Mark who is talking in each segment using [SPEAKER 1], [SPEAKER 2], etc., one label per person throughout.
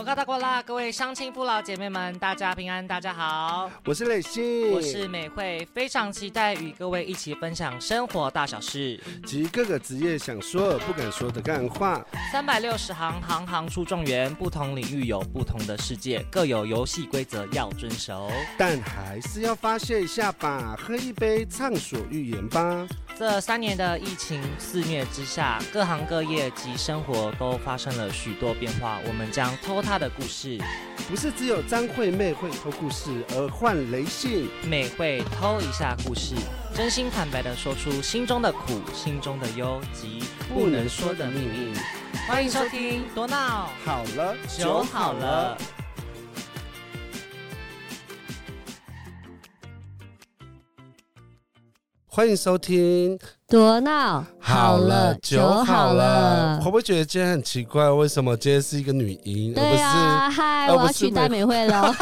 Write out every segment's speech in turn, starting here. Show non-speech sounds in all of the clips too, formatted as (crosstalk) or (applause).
[SPEAKER 1] 我高大过啦，各位乡亲父老姐妹们，大家平安，大家好，
[SPEAKER 2] 我是磊鑫，
[SPEAKER 1] 我是美惠，非常期待与各位一起分享生活大小事
[SPEAKER 2] 及各个职业想说而不敢说的干话。
[SPEAKER 1] 三百六十行，行行出状元，不同领域有不同的世界，各有游戏规则要遵守，
[SPEAKER 2] 但还是要发泄一下吧，喝一杯畅所欲言吧。
[SPEAKER 1] 这三年的疫情肆虐之下，各行各业及生活都发生了许多变化。我们将偷他的故事，
[SPEAKER 2] 不是只有张惠妹会偷故事，而换雷信
[SPEAKER 1] 美会偷一下故事，真心坦白的说出心中的苦、心中的忧及不能说的秘密。欢迎收听《多闹
[SPEAKER 2] 好了，
[SPEAKER 1] 酒好了》。
[SPEAKER 2] 欢迎收听。
[SPEAKER 3] 多闹
[SPEAKER 2] 会不会觉得今天很奇怪？为什么今天是一个女音，而
[SPEAKER 3] 对啊，嗨，我
[SPEAKER 2] 而
[SPEAKER 3] 要
[SPEAKER 2] 不是
[SPEAKER 3] 取代美惠了。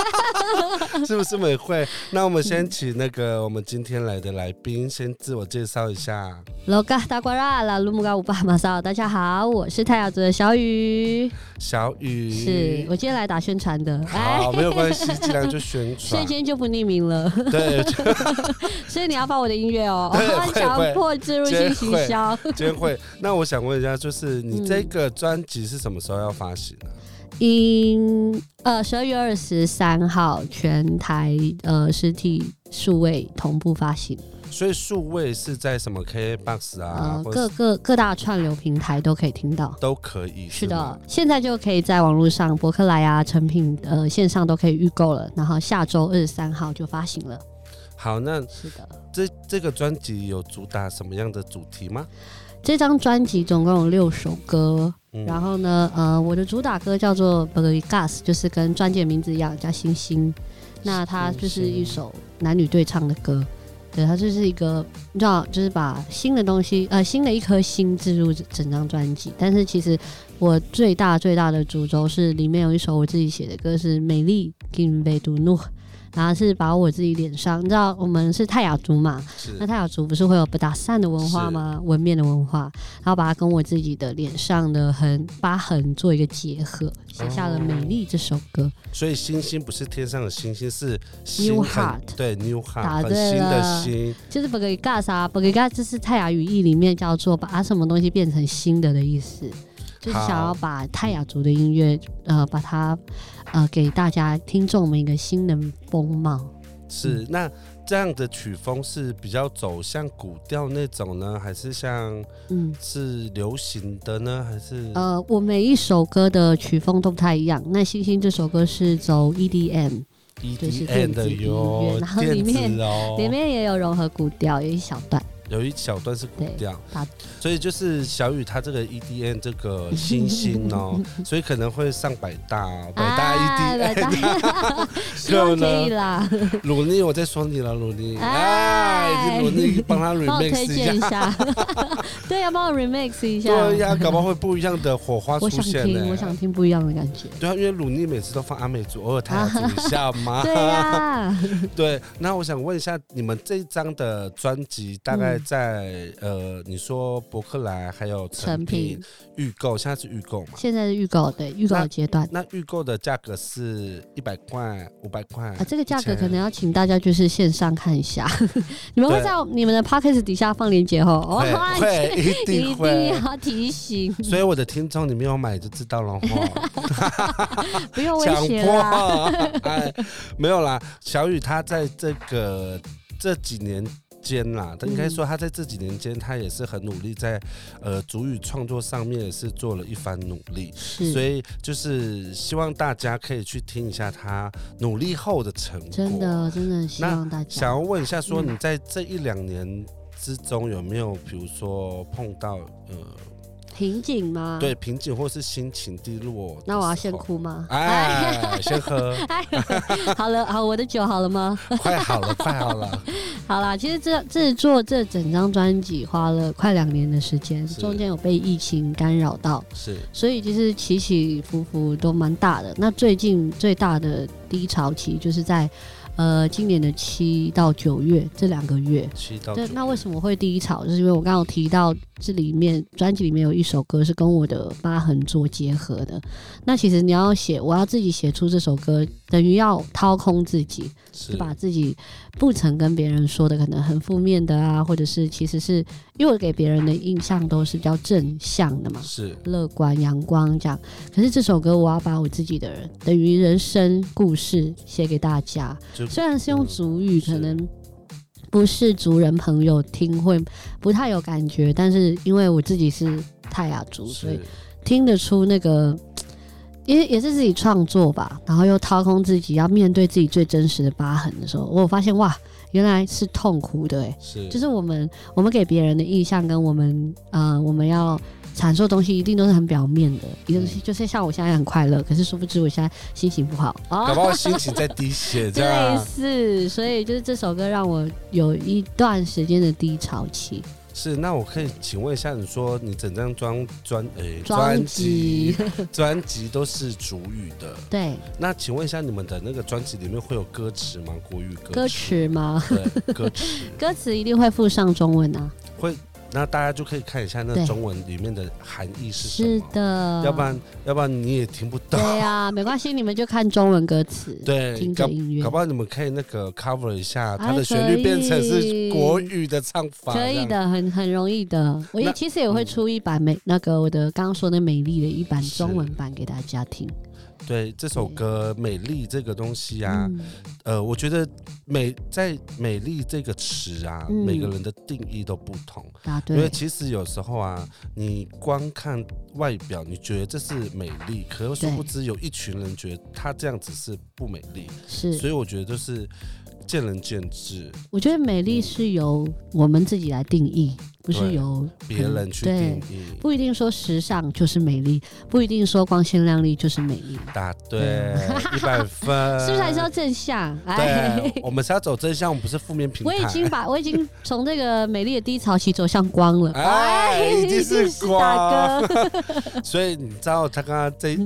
[SPEAKER 3] (laughs)
[SPEAKER 2] 不是是不是美惠？那我们先请那个我们今天来的来宾先自我介绍一下。
[SPEAKER 3] 罗嘎达瓜拉拉鲁木嘎乌巴马萨，大家好，我是太阳族的小雨，
[SPEAKER 2] 小雨
[SPEAKER 3] 是我今天来打宣传的，哎，
[SPEAKER 2] 好，没有关系，尽量就宣
[SPEAKER 3] (laughs) 所以
[SPEAKER 2] 传
[SPEAKER 3] 今。天就不匿名了， (laughs)
[SPEAKER 2] 对，
[SPEAKER 3] 所以你要放我的音乐哦
[SPEAKER 2] (laughs) 对会，
[SPEAKER 3] 强迫植入性行销。
[SPEAKER 2] 今天会。
[SPEAKER 3] 嗯
[SPEAKER 2] 那我想问一下，就是你这个专辑是什么时候要发行啊呢、
[SPEAKER 3] 因呃十二月二十三号全台呃实体数位同步发行，
[SPEAKER 2] 所以数位是在什么 KBox 啊，
[SPEAKER 3] 呃
[SPEAKER 2] 或
[SPEAKER 3] 各
[SPEAKER 2] 者
[SPEAKER 3] 个各大串流平台都可以听到。
[SPEAKER 2] 都可以。
[SPEAKER 3] 是
[SPEAKER 2] 吗
[SPEAKER 3] 的，，现在就可以在网络上、博客来啊、成品呃线上都可以预购了，然后下周二十三号就发行了。
[SPEAKER 2] 好，那
[SPEAKER 3] 是的，
[SPEAKER 2] 这这个专辑有主打什么样的主题吗？
[SPEAKER 3] 这张专辑总共有六首歌，
[SPEAKER 2] 嗯
[SPEAKER 3] 然后呢，呃，我的主打歌叫做《b u r g a s 就是跟专辑的名字一样，叫星星。那它就是一首男女对唱的歌，对，它就是一个，你知道，就是把新的东西，呃，新的一颗星置入整整张专辑。但是其实我最大最大的主轴是里面有一首我自己写的歌是《美丽金贝杜诺》。然后是把我自己脸上，你知道我们是泰雅族嘛，
[SPEAKER 2] 是
[SPEAKER 3] 那泰雅族不是会有不打散的文化吗？纹面的文化，然后把它跟我自己的脸上的痕疤痕做一个结合，写下了《美丽》这首歌。
[SPEAKER 2] 所以星星不是天上的星星，是星
[SPEAKER 3] New
[SPEAKER 2] 很
[SPEAKER 3] heart
[SPEAKER 2] 对 New
[SPEAKER 3] 答
[SPEAKER 2] Heart
[SPEAKER 3] 对
[SPEAKER 2] 很新的
[SPEAKER 3] 了
[SPEAKER 2] 星，
[SPEAKER 3] 就是 b u g a s 啊 b u g a s 这是泰雅语义里面叫做把什么东西变成新的的意思，就是想要把泰雅族的音乐，呃，把它呃给大家听众们一个新的风貌。嗯
[SPEAKER 2] 是那这样的曲风是比较走向古调那种呢，还是像
[SPEAKER 3] 嗯，
[SPEAKER 2] 是流行的呢，还是
[SPEAKER 3] 呃，我每一首歌的曲风都不太一样。那《星星》这首歌是走 E EDM。就是电
[SPEAKER 2] EDM E 的
[SPEAKER 3] 子音乐
[SPEAKER 2] 哟
[SPEAKER 3] 然？后里
[SPEAKER 2] 电
[SPEAKER 3] 面
[SPEAKER 2] 子 (laughs) 哦，
[SPEAKER 3] 里面也有融合古调，有一小段。
[SPEAKER 2] 有一小段是古
[SPEAKER 3] 对
[SPEAKER 2] 调
[SPEAKER 3] 把，
[SPEAKER 2] 所以就是小雨他这个 EDM 这个星星
[SPEAKER 3] (laughs)
[SPEAKER 2] 哦，所以可能会上百大哦，百
[SPEAKER 3] 啊
[SPEAKER 2] 大 EDM。
[SPEAKER 3] 百大，希望可以啦，
[SPEAKER 2] (laughs) 鲁尼，我在说你了，鲁尼，哎，
[SPEAKER 3] 哎
[SPEAKER 2] 鲁尼帮他
[SPEAKER 3] (laughs) 帮我
[SPEAKER 2] remix
[SPEAKER 3] 推
[SPEAKER 2] 一
[SPEAKER 3] 荐一
[SPEAKER 2] 下，
[SPEAKER 3] 下。 (laughs) 对呀，帮我 remix 一下。
[SPEAKER 2] 对呀，搞不好会不一样的火花
[SPEAKER 3] 我
[SPEAKER 2] 出
[SPEAKER 3] 想
[SPEAKER 2] 现
[SPEAKER 3] 听，我想
[SPEAKER 2] 呢。
[SPEAKER 3] 听不一样的感
[SPEAKER 2] (laughs)
[SPEAKER 3] 觉。
[SPEAKER 2] 对啊，因为鲁尼每次都放阿美族，偶尔他要组一下嘛。
[SPEAKER 3] (laughs) 对啊呀，
[SPEAKER 2] 对，那我想问一下，你们这一张的专辑大概
[SPEAKER 3] 嗯
[SPEAKER 2] 在、呃，你说博客来还有成
[SPEAKER 3] 成
[SPEAKER 2] 品
[SPEAKER 3] 品
[SPEAKER 2] 预购，现在是预购嘛？
[SPEAKER 3] 现在是预购，对预购的阶段
[SPEAKER 2] 那预购的价格是一百块、五百块
[SPEAKER 3] 啊，这个价格
[SPEAKER 2] 1000
[SPEAKER 3] 可能要请大家就是线上看一下。 (laughs) 你们会
[SPEAKER 2] 对
[SPEAKER 3] 在你们的 p o c k e t 底下放链接哦。
[SPEAKER 2] 会
[SPEAKER 3] 哇，
[SPEAKER 2] 会一
[SPEAKER 3] (laughs) 一
[SPEAKER 2] 定
[SPEAKER 3] 定
[SPEAKER 2] 会。
[SPEAKER 3] 要提醒，
[SPEAKER 2] 所以我的听众，你没有买就知道了哈，
[SPEAKER 3] 不用威
[SPEAKER 2] 强
[SPEAKER 3] 胁
[SPEAKER 2] 迫 (laughs)
[SPEAKER 3] 啦。，
[SPEAKER 2] 哎，没有啦。小雨他在这个这几年间啦，他应该说他在这几年间，他也是很努力在呃主语创作上面也是做了一番努力。所
[SPEAKER 3] 是，
[SPEAKER 2] 以就是希望大家可以去听一下他努力后的成果。
[SPEAKER 3] 真，的真的希望大
[SPEAKER 2] 想
[SPEAKER 3] 家
[SPEAKER 2] 要问一下，说
[SPEAKER 3] 嗯
[SPEAKER 2] 你在这一两年之中有没有，比如说碰到呃，
[SPEAKER 3] 瓶颈吗？
[SPEAKER 2] 对哦瓶颈或是心情低落？
[SPEAKER 3] 啊那我要先。哭吗？
[SPEAKER 2] 哎，先喝，
[SPEAKER 3] 哎，
[SPEAKER 2] (laughs)
[SPEAKER 3] 好了，好，我的酒好了吗？ (laughs)
[SPEAKER 2] 快好了，快好了，
[SPEAKER 3] 好啦，其实这制作这整张专辑花了快两年的时间，
[SPEAKER 2] 是
[SPEAKER 3] 中间有被疫情干扰到，
[SPEAKER 2] 是
[SPEAKER 3] 所以就是起起伏伏都蛮大的。那最近最大的低潮期就是在呃今年的七到九月这两个月。
[SPEAKER 2] 七到
[SPEAKER 3] 对，
[SPEAKER 2] 九
[SPEAKER 3] 那为什么会低潮？就是因为我刚刚有提到这里面专辑里面有一首歌是跟我的疤痕做结合的。那其实你要写，我要自己写出这首歌，等于要掏空自己，
[SPEAKER 2] 是
[SPEAKER 3] 就把自己不曾跟别人说的可能很负面的啊，或者是其实是因为我给别人的印象都是比较正向的嘛，
[SPEAKER 2] 是
[SPEAKER 3] 乐观、阳光这样。可是这首歌，我要把我自己的人等于人生故事写给大家。
[SPEAKER 2] 就
[SPEAKER 3] 虽然是用族语，
[SPEAKER 2] 嗯是
[SPEAKER 3] 可能不是族人朋友听会不太有感觉，但是因为我自己是泰雅族，所以
[SPEAKER 2] 是
[SPEAKER 3] 听得出那个。也也是自己创作吧，然后又掏空自己，要面对自己最真实的疤痕的时候，我有发现哇，原来是痛苦的哎、
[SPEAKER 2] 是
[SPEAKER 3] 就是我们我们给别人的印象跟我们呃我们要阐述的东西一定都是很表面的，一定是就是像我现在很快乐，可是殊不知我现在心情不好啊
[SPEAKER 2] 搞不好啊心情在滴
[SPEAKER 3] (laughs)
[SPEAKER 2] 血这
[SPEAKER 3] 类
[SPEAKER 2] 样。
[SPEAKER 3] 似，所以就是这首歌让我有一段时间的低潮期。
[SPEAKER 2] 是，那我可以请问一下，你说你整张专专诶
[SPEAKER 3] 专
[SPEAKER 2] 专
[SPEAKER 3] 辑
[SPEAKER 2] 辑专辑都是主语的，
[SPEAKER 3] 对
[SPEAKER 2] 那请问一下，你们的那个专辑里面会有歌词吗？国语歌
[SPEAKER 3] 歌词吗？
[SPEAKER 2] 对歌
[SPEAKER 3] (laughs)
[SPEAKER 2] 词
[SPEAKER 3] 歌词一定会附上中文啊。
[SPEAKER 2] 会，那大家就可以看一下那
[SPEAKER 3] 对
[SPEAKER 2] 中文里面的含义是什
[SPEAKER 3] 是
[SPEAKER 2] 么，
[SPEAKER 3] 的，
[SPEAKER 2] 要不然要不然你也听不
[SPEAKER 3] 对
[SPEAKER 2] 到。
[SPEAKER 3] 啊，没关系，你们就看中文歌词，
[SPEAKER 2] (laughs) 对，
[SPEAKER 3] 听
[SPEAKER 2] 搞
[SPEAKER 3] 着音乐
[SPEAKER 2] 搞不好你们可以那个 cover 一下它
[SPEAKER 3] 还
[SPEAKER 2] 的旋律，
[SPEAKER 3] 可
[SPEAKER 2] 变成是
[SPEAKER 3] 以
[SPEAKER 2] 国语的唱法，
[SPEAKER 3] 啊可以
[SPEAKER 2] 这样
[SPEAKER 3] 的，很很容易的。我也
[SPEAKER 2] 那
[SPEAKER 3] 其实也会出一版美那个我的刚刚说的美丽的一版中文版给大家听
[SPEAKER 2] 对这首
[SPEAKER 3] 对
[SPEAKER 2] 歌《美丽》这个东西啊，
[SPEAKER 3] 嗯
[SPEAKER 2] 呃，我觉得美在“美丽”这个词啊，
[SPEAKER 3] 嗯
[SPEAKER 2] 每个人的定义都不同。
[SPEAKER 3] 答
[SPEAKER 2] 因为
[SPEAKER 3] 对，
[SPEAKER 2] 其实有时候啊，你光看外表，你觉得这是美丽，可是殊
[SPEAKER 3] 对
[SPEAKER 2] 不知有一群人觉得她这样子是不美丽，
[SPEAKER 3] 是
[SPEAKER 2] 所以我觉得就是见仁见智，
[SPEAKER 3] 我觉得美丽是由我们自己来定义，不是
[SPEAKER 2] 对
[SPEAKER 3] 由
[SPEAKER 2] 别人去
[SPEAKER 3] 嗯对
[SPEAKER 2] 定义。
[SPEAKER 3] 不一定说时尚就是美丽，不一定说光鲜亮丽就是美丽，
[SPEAKER 2] 答对一百分，
[SPEAKER 3] 嗯 (laughs) 是不是还是要正向？哎，
[SPEAKER 2] 呃对，我啊们是要走真相，我们不是负面平
[SPEAKER 3] 我
[SPEAKER 2] 台。
[SPEAKER 3] 已经把我已经从这个美丽的低潮期走向光了。 (laughs)
[SPEAKER 2] 哎一定是光
[SPEAKER 3] 大哥，
[SPEAKER 2] 所以你知道他刚刚
[SPEAKER 3] (laughs)
[SPEAKER 2] 这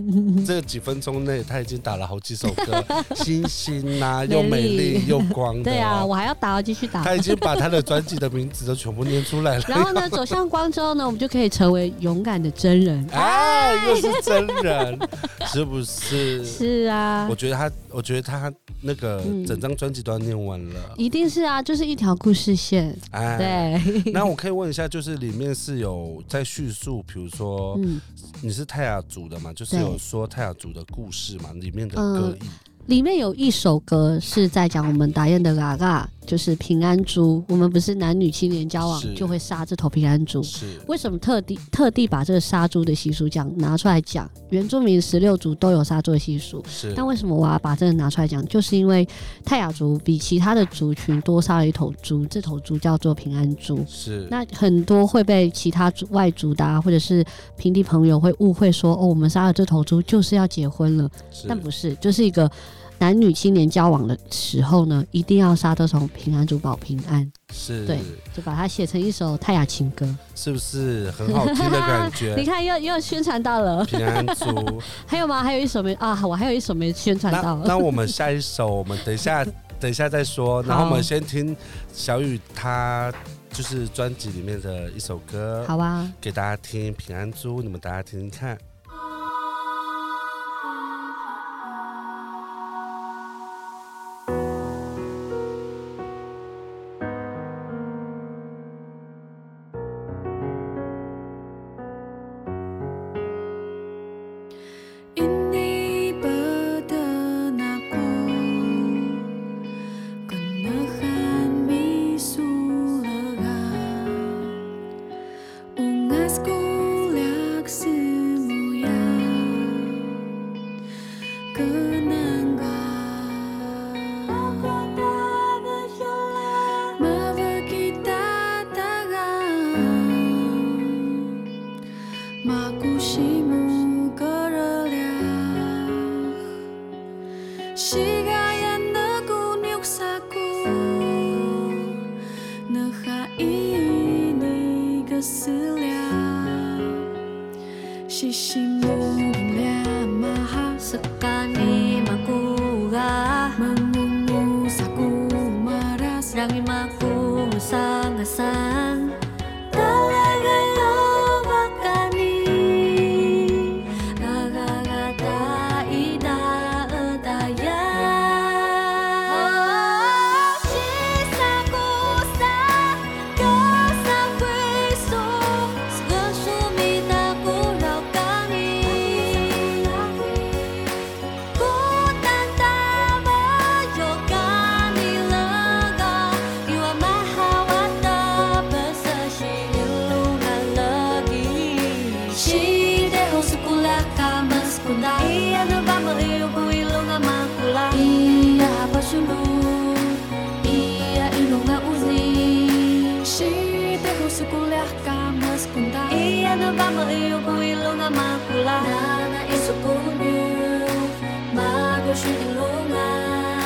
[SPEAKER 2] 这几分钟内，他已经打了好几首歌，星星啊，又美
[SPEAKER 3] 美
[SPEAKER 2] 丽
[SPEAKER 3] 丽
[SPEAKER 2] 又光的、哦。(laughs)
[SPEAKER 3] 对啊，我还要打，我继续打。
[SPEAKER 2] 他已经把他的专辑的名字都全部念出来了。
[SPEAKER 3] (laughs) 然后呢，走向光之后呢，我们就可以成为勇敢的真人。
[SPEAKER 2] 哎，又是真
[SPEAKER 3] (laughs)
[SPEAKER 2] 人，是不是？
[SPEAKER 3] 是啊
[SPEAKER 2] 我，觉得他，我觉得他那个
[SPEAKER 3] 嗯
[SPEAKER 2] 整张专辑都要念完了。
[SPEAKER 3] 一定是啊，就是一条故事线。
[SPEAKER 2] 哎，
[SPEAKER 3] 对，
[SPEAKER 2] 那我可以问一下，就是里面是有在叙述，比如说
[SPEAKER 3] 嗯，
[SPEAKER 2] 你是泰雅族的嘛，就是
[SPEAKER 3] 对
[SPEAKER 2] 有说泰雅族的故事嘛，里面的
[SPEAKER 3] 嗯
[SPEAKER 2] 歌艺。
[SPEAKER 3] 里面有一首歌是在讲我们达彦的嘎嘎，就是平安猪。我们不是男女青年交
[SPEAKER 2] 是
[SPEAKER 3] 往就会杀这头平安猪。
[SPEAKER 2] 是
[SPEAKER 3] 为什么特地特地把这个杀猪的习俗讲拿出来讲？原住民十六族都有杀猪的习俗，
[SPEAKER 2] 是，
[SPEAKER 3] 但为什么我要把这个拿出来讲？就是因为泰雅族比其他的族群多杀了一头猪，这头猪叫做平安猪。
[SPEAKER 2] 是
[SPEAKER 3] 那很多会被其他族外族的、啊、或者是平地朋友会误会说，哦，我们杀了这头猪就是要结婚了，但不是，就是一个男女青年交往的时候呢，一定要杀这头平安猪保平安，
[SPEAKER 2] 是
[SPEAKER 3] 对就把它写成一首泰雅情歌。
[SPEAKER 2] 是不是很好听的感
[SPEAKER 3] 你 (laughs)
[SPEAKER 2] 觉？
[SPEAKER 3] 看又又宣传到了，
[SPEAKER 2] 平安
[SPEAKER 3] (laughs)
[SPEAKER 2] 族，
[SPEAKER 3] 还有吗？还有一首没啊？我还有一首没宣传
[SPEAKER 2] 那
[SPEAKER 3] 到。
[SPEAKER 2] 那我们下一首，我们等一
[SPEAKER 3] (laughs)
[SPEAKER 2] 下，等一下再说。然后我
[SPEAKER 3] 好
[SPEAKER 2] 们先听小雨她就是专辑里面的一首歌，
[SPEAKER 3] 好啊，
[SPEAKER 2] 给大家听《平安猪》，你们大家听听看。
[SPEAKER 4] Inibadan ako Kanahan misulaga Ungas kulak simuya Kenangga Ako tabasyala Mabakita taga 마구심을 걸으랴 시가얀 너군 육사구 너하이니 거슬랴 시시무길랴 마하
[SPEAKER 5] Sekani makuga
[SPEAKER 4] mengungu sa Secular kamas kunta Iya na ba maiyo kung ilunga makula Nana iso kunyo Mago siyang ilungan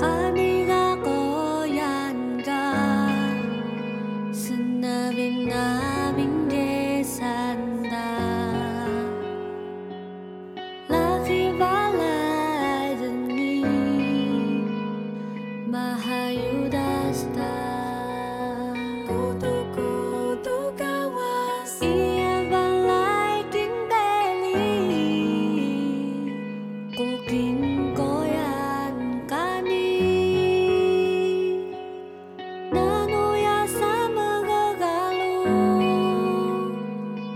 [SPEAKER 4] 아니가 거얀가 스나빙나빙게 산다 라키발라이드니 마하유다스다 구두구두가와스 이아발라이딩 벨리 꼭인 거야가니 나노야 사먹어가로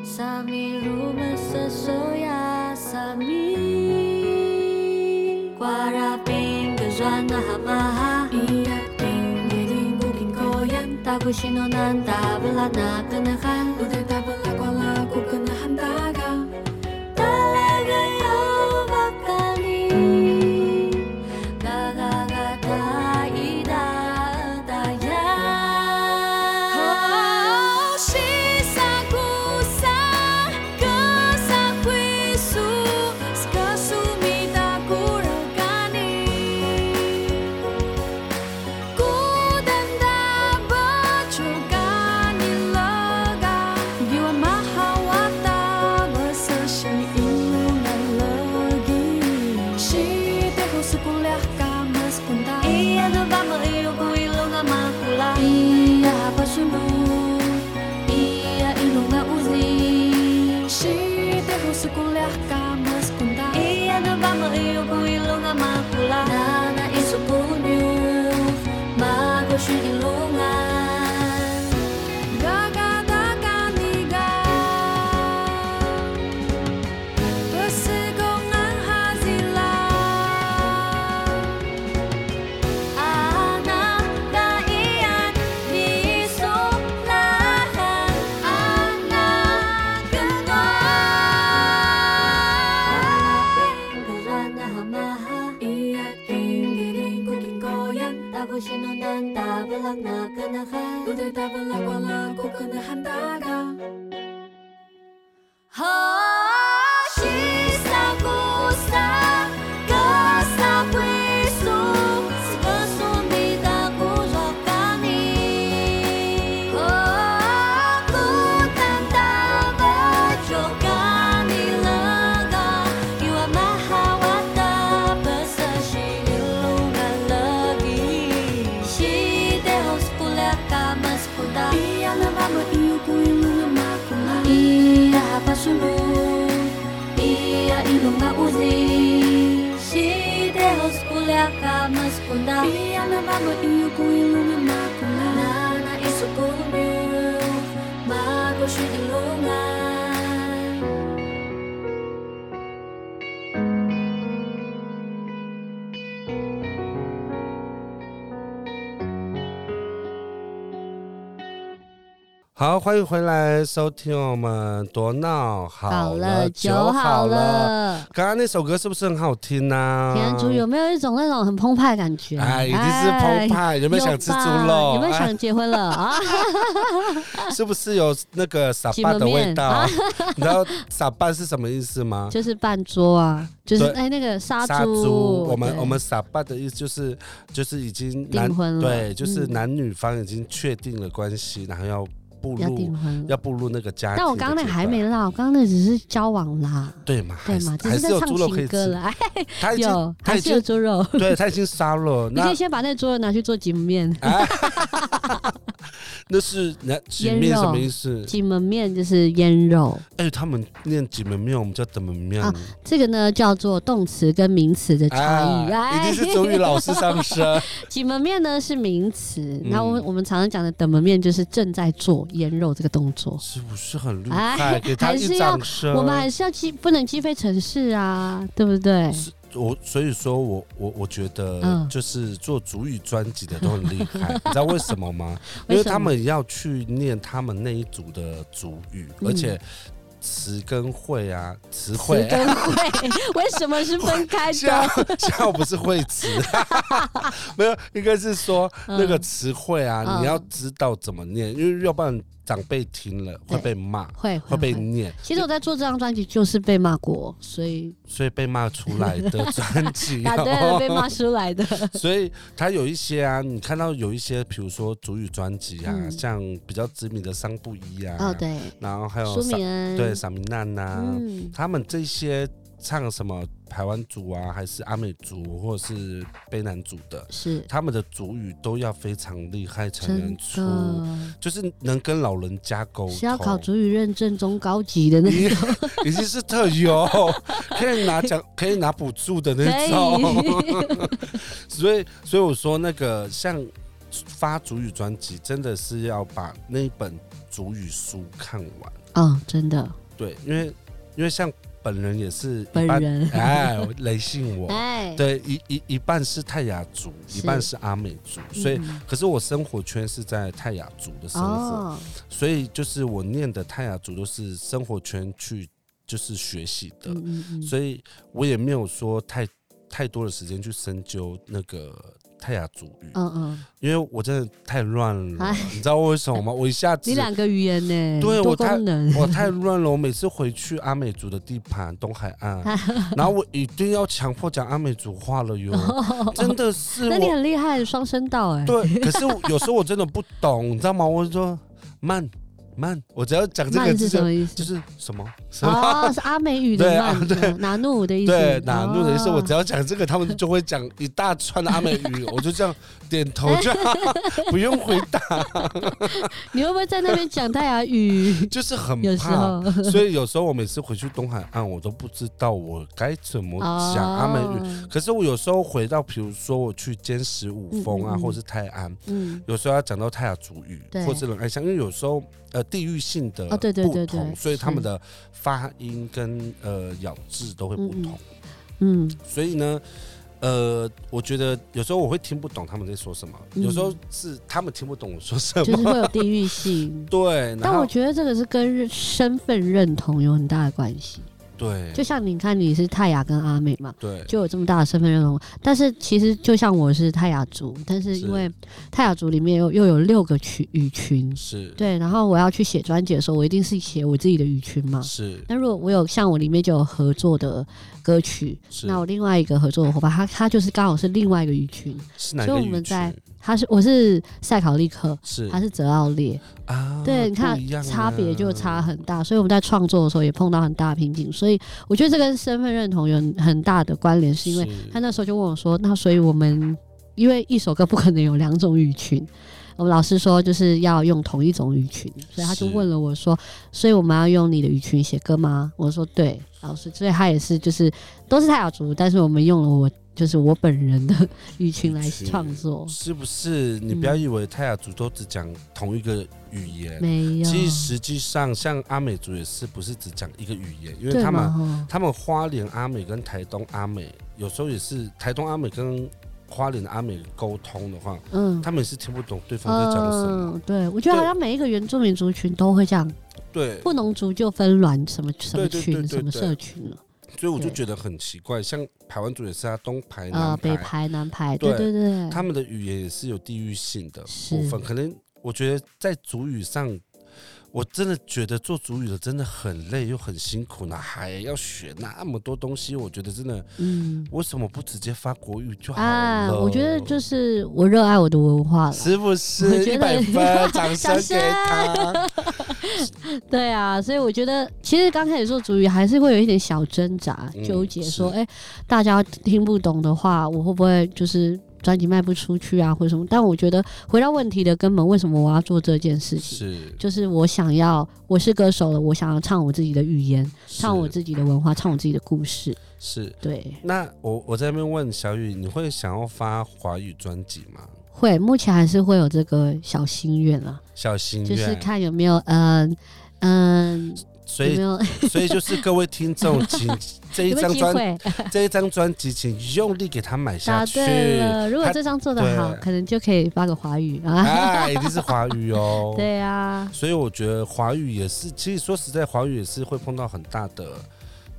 [SPEAKER 4] 사미룸에서 써야 사미 과라빈 그좌나 하마하 이약빈 게린 고긴 거얀 따구 신호난 따블라 나그나간 우들 따블라 꼴라 고그나 한다가 달라가요 바깥이 가가가 다이다 다야 시사구사 가사회수 스카수미다 구라가니 Sekolah kamas kunta Iya na ba maiyo kung ilong ang makula Nana isupunyo Magoshi ilungan Gagadakaniga Besigong ang hazila Anak daian Bisulahan Anak genay Karana hamaha Iyak kingiling kuking koyan Tago sinunan tabalag na kanahan Tutoy tabalag wala ko kanahan taga Ha! Shisa kusa Kasa kwisu Sigasu mida kujakani Oh, kutan tabat yokani laga Iwa mahawata basa shilunga lagi Shide hospula kamas kuda Iya na mama iyo kuilunga makula Iya hapasunu Iya ilunga uzi Shide hospula kamas kuda Iya na mama iyo kuilunga makula Nana isukumi Magoshi ilungan
[SPEAKER 2] 好，欢迎回来收听我们《多闹好
[SPEAKER 3] 好
[SPEAKER 2] 了
[SPEAKER 3] 了，
[SPEAKER 2] 酒
[SPEAKER 3] 酒
[SPEAKER 2] 好
[SPEAKER 3] 好
[SPEAKER 2] 了》。
[SPEAKER 3] 了。
[SPEAKER 2] 刚刚那首歌是不是很好听呢、
[SPEAKER 3] 田安竹有没有一种那种很澎湃的感觉？
[SPEAKER 2] 嗯哎，一定是澎湃。有
[SPEAKER 3] 有
[SPEAKER 2] 没
[SPEAKER 3] 吧。 (laughs)
[SPEAKER 2] 有想吃猪肉？
[SPEAKER 3] 有没有
[SPEAKER 2] 哎
[SPEAKER 3] 想结婚了啊？ (laughs)
[SPEAKER 2] 是不是有那个傻
[SPEAKER 3] 挤
[SPEAKER 2] 爸
[SPEAKER 3] 门
[SPEAKER 2] 的味
[SPEAKER 3] 面
[SPEAKER 2] 道
[SPEAKER 3] (laughs)
[SPEAKER 2] 啊？你知道傻爸是什么意思吗？
[SPEAKER 3] 就是半桌啊，就是
[SPEAKER 2] 对
[SPEAKER 3] 哎那个杀
[SPEAKER 2] 杀猪，我们
[SPEAKER 3] 对
[SPEAKER 2] 我们傻爸的意思就是就是已经
[SPEAKER 3] 订
[SPEAKER 2] 男
[SPEAKER 3] 婚了
[SPEAKER 2] 对，就是
[SPEAKER 3] 嗯
[SPEAKER 2] 男女方已经确定了关系，然后要步
[SPEAKER 3] 要
[SPEAKER 2] 入
[SPEAKER 3] 订婚了。
[SPEAKER 2] 要步入那个家庭。
[SPEAKER 3] 但我刚刚那个还没啦，我刚刚那只是交往啦，
[SPEAKER 2] 对嘛，
[SPEAKER 3] 对
[SPEAKER 2] 还是
[SPEAKER 3] 嘛，只
[SPEAKER 2] 还是
[SPEAKER 3] 在
[SPEAKER 2] 有
[SPEAKER 3] 唱
[SPEAKER 2] 猪肉可以
[SPEAKER 3] 情歌
[SPEAKER 2] 吃
[SPEAKER 3] 了，，哎，
[SPEAKER 2] 他已经
[SPEAKER 3] 有
[SPEAKER 2] 他
[SPEAKER 3] 还
[SPEAKER 2] 已
[SPEAKER 3] 是
[SPEAKER 2] 经
[SPEAKER 3] 有猪肉。 (laughs)
[SPEAKER 2] 对他已经杀了，
[SPEAKER 3] 你可
[SPEAKER 2] 那
[SPEAKER 3] 以先把那个猪肉拿去做锦面，
[SPEAKER 2] 那是那几
[SPEAKER 3] 腌
[SPEAKER 2] 面
[SPEAKER 3] 肉
[SPEAKER 2] 什么意思？
[SPEAKER 3] 锦门面就是腌肉，
[SPEAKER 2] 哎，他们念几门面，我们叫怎么面
[SPEAKER 3] 啊？哎这个呢叫做动词跟名词的差异。哎
[SPEAKER 2] 啊，一定是主语老师上身。
[SPEAKER 3] 几门面呢是名词，
[SPEAKER 2] 嗯
[SPEAKER 3] 那、我们我们常常讲的等门面就是正在做腌肉这个动作。
[SPEAKER 2] 是不是很厉
[SPEAKER 3] 哎
[SPEAKER 2] 害？给他
[SPEAKER 3] 还
[SPEAKER 2] 一
[SPEAKER 3] 是要
[SPEAKER 2] 掌声。
[SPEAKER 3] 我们还是要击，不能击飞城市啊，对不对？
[SPEAKER 2] 是我所以说我我我觉得
[SPEAKER 3] 嗯
[SPEAKER 2] 就是做主语专辑的都很厉
[SPEAKER 3] (laughs)
[SPEAKER 2] 害，你知道为什么吗？因
[SPEAKER 3] 为
[SPEAKER 2] 为
[SPEAKER 3] 什
[SPEAKER 2] 他
[SPEAKER 3] 么
[SPEAKER 2] 们要去念他们那一组的主语，
[SPEAKER 3] 嗯
[SPEAKER 2] 而且词跟会啊，词
[SPEAKER 3] 词
[SPEAKER 2] 汇。
[SPEAKER 3] 跟会 (laughs) 为什么是分开
[SPEAKER 2] 下 (laughs)
[SPEAKER 3] 的？
[SPEAKER 2] 下午不是会词， (laughs) 没有，应该是说
[SPEAKER 3] 嗯
[SPEAKER 2] 那个词汇啊，
[SPEAKER 3] 嗯
[SPEAKER 2] 你要知道怎么念，因为要不然长辈听了会被骂，
[SPEAKER 3] 会
[SPEAKER 2] 会
[SPEAKER 3] 会
[SPEAKER 2] 被
[SPEAKER 3] 会。
[SPEAKER 2] 念，
[SPEAKER 3] 其实我在做这张专辑就是被骂过，所以
[SPEAKER 2] 所以被骂出来的
[SPEAKER 3] (laughs)
[SPEAKER 2] 专辑、哦
[SPEAKER 3] 答啊
[SPEAKER 2] (laughs)
[SPEAKER 3] 对了被骂出来的。
[SPEAKER 2] 所以它有一些啊，你看到有一些，比如说主语专辑啊，
[SPEAKER 3] 嗯
[SPEAKER 2] 像比较知名的桑布伊啊，
[SPEAKER 3] 哦，对，
[SPEAKER 2] 然后还有
[SPEAKER 3] 舒
[SPEAKER 2] 萨
[SPEAKER 3] 米恩，
[SPEAKER 2] 对萨米娜呐、
[SPEAKER 3] 嗯，
[SPEAKER 2] 他们这些唱什么台湾族啊，还是阿美族或者是卑南族的，
[SPEAKER 3] 是
[SPEAKER 2] 他们的族语都要非常厉害才能
[SPEAKER 3] 真
[SPEAKER 2] 出，
[SPEAKER 3] 的
[SPEAKER 2] 就是能跟老人家沟通。
[SPEAKER 3] 是要考主语认证中高级的那
[SPEAKER 2] 已
[SPEAKER 3] 种。
[SPEAKER 2] 已经是特优，可以拿奖，可以拿补助的那种。
[SPEAKER 3] (laughs)
[SPEAKER 2] 所以，所以我说那个像发主语专辑，真的是要把那一本主语书看完。
[SPEAKER 3] 嗯，真的，
[SPEAKER 2] 对，因为因为像本人也是一
[SPEAKER 3] 本
[SPEAKER 2] 半，
[SPEAKER 3] 人
[SPEAKER 2] 哎，雷信我。
[SPEAKER 3] (laughs) 哎，
[SPEAKER 2] 对，一一一半是泰雅族，一
[SPEAKER 3] 是
[SPEAKER 2] 半是阿美族，所以、
[SPEAKER 3] 嗯
[SPEAKER 2] 可是我生活圈是在泰雅族的生活，
[SPEAKER 3] 哦，
[SPEAKER 2] 所以就是我念的泰雅族都是生活圈去就是学习的，
[SPEAKER 3] 嗯嗯嗯，
[SPEAKER 2] 所以我也没有说太太多的时间去深究那个泰雅族语，
[SPEAKER 3] 嗯嗯，
[SPEAKER 2] 因为我真的太乱了
[SPEAKER 3] 哎，
[SPEAKER 2] 你知道为什么
[SPEAKER 3] (laughs)
[SPEAKER 2] 吗？我一下子
[SPEAKER 3] 你两个语言呢，
[SPEAKER 2] 对我
[SPEAKER 3] 多
[SPEAKER 2] 太
[SPEAKER 3] 功能，
[SPEAKER 2] 我太乱了，我每次回去阿美族的地盘东海岸，
[SPEAKER 3] (laughs)
[SPEAKER 2] 然后我一定要强迫讲阿美族话了哟，真的是
[SPEAKER 3] 哦那你
[SPEAKER 2] 我
[SPEAKER 3] 很厉害，双声道哎，
[SPEAKER 2] 对，可是我有时候我真的不懂，你知道吗？我就说慢慢，我只要讲这个
[SPEAKER 3] 慢
[SPEAKER 2] 字
[SPEAKER 3] 是什
[SPEAKER 2] 就
[SPEAKER 3] 么意思？
[SPEAKER 2] 就是什么什么。
[SPEAKER 3] 哦，是阿美语的
[SPEAKER 2] 对啊
[SPEAKER 3] 慢，
[SPEAKER 2] 对
[SPEAKER 3] 嗯拿怒的意
[SPEAKER 2] (laughs)
[SPEAKER 3] 思，
[SPEAKER 2] 对，哪路的意思？
[SPEAKER 3] 哦
[SPEAKER 2] 我只要讲这个，他们就会讲一大串的阿美语，我就这样点头就
[SPEAKER 3] (laughs)
[SPEAKER 2] 好，不用回答，？
[SPEAKER 3] 你会不会在那边讲泰雅语
[SPEAKER 2] (laughs) 就是很
[SPEAKER 3] 有时
[SPEAKER 2] 怕。
[SPEAKER 3] 候
[SPEAKER 2] 所以有时候我每次回去东海啊岸，我都不知道我该怎么
[SPEAKER 3] 哦
[SPEAKER 2] 讲阿美语。
[SPEAKER 3] 语，
[SPEAKER 2] 可是我有时候回到，比如说我去歼十五峰啊，
[SPEAKER 3] 嗯嗯嗯
[SPEAKER 2] 或者是泰安，
[SPEAKER 3] 嗯，
[SPEAKER 2] 有时候要讲到泰雅族语
[SPEAKER 3] 对
[SPEAKER 2] 或者冷爱乡，因为有时候呃地域性的
[SPEAKER 3] 哦对对
[SPEAKER 2] 不
[SPEAKER 3] 对
[SPEAKER 2] 同，
[SPEAKER 3] 对
[SPEAKER 2] 所以他
[SPEAKER 3] 是
[SPEAKER 2] 们的发音跟呃咬字都会不
[SPEAKER 3] 嗯嗯
[SPEAKER 2] 同。
[SPEAKER 3] 嗯，
[SPEAKER 2] (laughs) 所以呢，呃，我觉得有时候我会听不懂他们在说什么，
[SPEAKER 3] 嗯
[SPEAKER 2] 有时候是他们听不懂我说什
[SPEAKER 3] 就是
[SPEAKER 2] 么。。
[SPEAKER 3] 会有地域
[SPEAKER 2] (laughs)
[SPEAKER 3] 性
[SPEAKER 2] 对，然
[SPEAKER 3] 但我
[SPEAKER 2] 后
[SPEAKER 3] 觉得这个是跟认身份认同有很大的关系。
[SPEAKER 2] 对
[SPEAKER 3] 就像你看，你是泰雅跟阿美嘛，
[SPEAKER 2] 对
[SPEAKER 3] 就有这么大的身份认同。但是其实就像我是泰雅族，但是
[SPEAKER 2] 是
[SPEAKER 3] 因为泰雅族里面又又有六个群语群，
[SPEAKER 2] 是
[SPEAKER 3] 对。然后我要去写专辑的时候，我一定是写我自己的语群嘛。
[SPEAKER 2] 是
[SPEAKER 3] 那如果我有像我里面就有合作的歌曲，
[SPEAKER 2] 是
[SPEAKER 3] 那我另外一个合作的伙伴，他他就是刚好是另外一个语群，
[SPEAKER 2] 是哪
[SPEAKER 3] 所以
[SPEAKER 2] 个
[SPEAKER 3] 我
[SPEAKER 2] 语
[SPEAKER 3] 们在
[SPEAKER 2] 区？
[SPEAKER 3] 他是我是塞考利克，
[SPEAKER 2] 是
[SPEAKER 3] 他是泽奥列，
[SPEAKER 2] 啊，
[SPEAKER 3] 对，你看
[SPEAKER 2] 不一样啊
[SPEAKER 3] 差别就差很大，所以我们在创作的时候也碰到很大的瓶颈，所以我觉得这跟身份认同有很大的关联，是因为他那时候就问我说，那所以我们因为一首歌不可能有两种语群。 (laughs) 我们老师说就是要用同一种语群，所以他就是问了我说：“所以我们要用你的语群写歌吗？”我说：“对，老师。”所以他也是就是都是泰雅族，但是我们用了我就是我本人的语群来
[SPEAKER 2] 语群
[SPEAKER 3] 创作，
[SPEAKER 2] 是不是？你不要
[SPEAKER 3] 嗯
[SPEAKER 2] 以为泰雅族都只讲同一个语言，
[SPEAKER 3] 没有，
[SPEAKER 2] 其实实际上像阿美族也是不是只讲一个语言，因为
[SPEAKER 3] 对
[SPEAKER 2] 他们
[SPEAKER 3] 嘛
[SPEAKER 2] 他们花莲阿美跟台东阿美，有时候也是台东阿美跟花莲阿美沟通的话，
[SPEAKER 3] 吼嗯
[SPEAKER 2] 他们也是听不懂对方在讲什么。
[SPEAKER 3] 嗯，对，我觉得好像每一个原住民族群都会这样，
[SPEAKER 2] 对，
[SPEAKER 3] 布农族就分卵什么什么
[SPEAKER 2] 对对
[SPEAKER 3] 群、
[SPEAKER 2] 对对
[SPEAKER 3] 什么
[SPEAKER 2] 对
[SPEAKER 3] 社群了，
[SPEAKER 2] 所以我就
[SPEAKER 3] 对
[SPEAKER 2] 觉得很奇怪，像台湾族也是啊，东排
[SPEAKER 3] 呃，
[SPEAKER 2] 南
[SPEAKER 3] 北
[SPEAKER 2] 排，
[SPEAKER 3] 排、南排，
[SPEAKER 2] 对
[SPEAKER 3] 对对对，
[SPEAKER 2] 他们的语言也是有地域性的
[SPEAKER 3] 是
[SPEAKER 2] 部分。可能我觉得在主语上，我真的觉得做主语的真的很累又很辛苦呢，还要学那么多东西。我觉得真的，
[SPEAKER 3] 嗯
[SPEAKER 2] 为什么不直接发国语就好了？
[SPEAKER 3] 啊，我觉得就是我热爱我的文化了，
[SPEAKER 2] 是不是
[SPEAKER 3] 我
[SPEAKER 2] 一
[SPEAKER 3] 觉
[SPEAKER 2] 百
[SPEAKER 3] 得
[SPEAKER 2] 分？掌声
[SPEAKER 3] 掌
[SPEAKER 2] 给
[SPEAKER 3] 声
[SPEAKER 2] (laughs) 他。
[SPEAKER 3] 对啊，所以我觉得其实刚开始做主语还是会有一点小挣扎、
[SPEAKER 2] 嗯
[SPEAKER 3] 纠结，
[SPEAKER 2] 是
[SPEAKER 3] 说哎、诶大家听不懂的话，我会不会就是专辑卖不出去啊，或者什么？但我觉得回到问题的根本，为什么我要做这件事情？
[SPEAKER 2] 是，
[SPEAKER 3] 就是我想要，我是歌手了，我想要唱我自己的语言，唱我
[SPEAKER 2] 是
[SPEAKER 3] 自己的文化，唱我自己的故事。
[SPEAKER 2] 是。
[SPEAKER 3] 对，
[SPEAKER 2] 那我我在那边问小雨，你会想要发华语专辑吗？
[SPEAKER 3] 会，目前还是会有这个小心愿啦，
[SPEAKER 2] 小心
[SPEAKER 3] 就是
[SPEAKER 2] 愿，
[SPEAKER 3] 呃看有没有，嗯、嗯、
[SPEAKER 2] 所 (laughs)
[SPEAKER 3] 有
[SPEAKER 2] 以
[SPEAKER 3] 没有
[SPEAKER 2] 所以就是各位听众，请这一
[SPEAKER 3] 有没有
[SPEAKER 2] 张
[SPEAKER 3] 机
[SPEAKER 2] 专
[SPEAKER 3] 会？
[SPEAKER 2] 这一张专辑，请用力给它买下
[SPEAKER 3] 答
[SPEAKER 2] 去。
[SPEAKER 3] 对了，如果
[SPEAKER 2] 它
[SPEAKER 3] 这张做
[SPEAKER 2] 对
[SPEAKER 3] 得好，可能就可以发个华语啊。。
[SPEAKER 2] 哎，一定是华语哦 (laughs)
[SPEAKER 3] 对啊，
[SPEAKER 2] 所以我觉得华语也是，其实说实在，华语也是会碰到很大的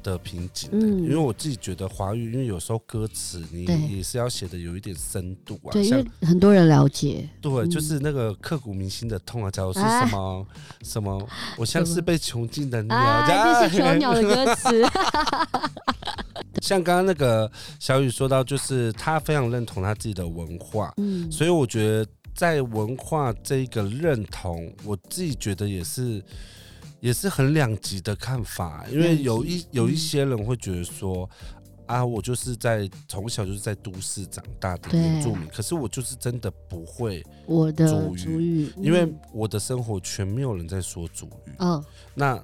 [SPEAKER 2] 的瓶颈的、
[SPEAKER 3] 嗯
[SPEAKER 2] 因为我自己觉得华语，因为有时候歌词你
[SPEAKER 3] 对
[SPEAKER 2] 也是要写的有一点深度啊，
[SPEAKER 3] 对，因
[SPEAKER 2] 像
[SPEAKER 3] 为很多人了解，
[SPEAKER 2] 对，
[SPEAKER 3] 嗯
[SPEAKER 2] 就是那个刻骨铭心的痛啊，假如是
[SPEAKER 3] 哎
[SPEAKER 2] 什么、 (laughs) 什么，我像
[SPEAKER 3] 什
[SPEAKER 2] 是
[SPEAKER 3] 么
[SPEAKER 2] 被囚禁的鸟，这样
[SPEAKER 3] 啊，这是囚鸟的歌词，
[SPEAKER 2] (laughs) 像刚刚那个小雨说到，就是他非常认同他自己的文化，
[SPEAKER 3] 嗯，
[SPEAKER 2] 所以我觉得在文化这个认同，我自己觉得也是也是很两极的看法，因为有一有一些人会觉得说。
[SPEAKER 3] 嗯
[SPEAKER 2] 啊，我就是在从小就是在都市长大的
[SPEAKER 3] 对
[SPEAKER 2] 原住民，可是我就是真的不会，
[SPEAKER 3] 我的
[SPEAKER 2] 主语
[SPEAKER 3] 主语，
[SPEAKER 2] 因为
[SPEAKER 3] 嗯
[SPEAKER 2] 我的生活圈没有人在说主语，
[SPEAKER 3] 哦，
[SPEAKER 2] 那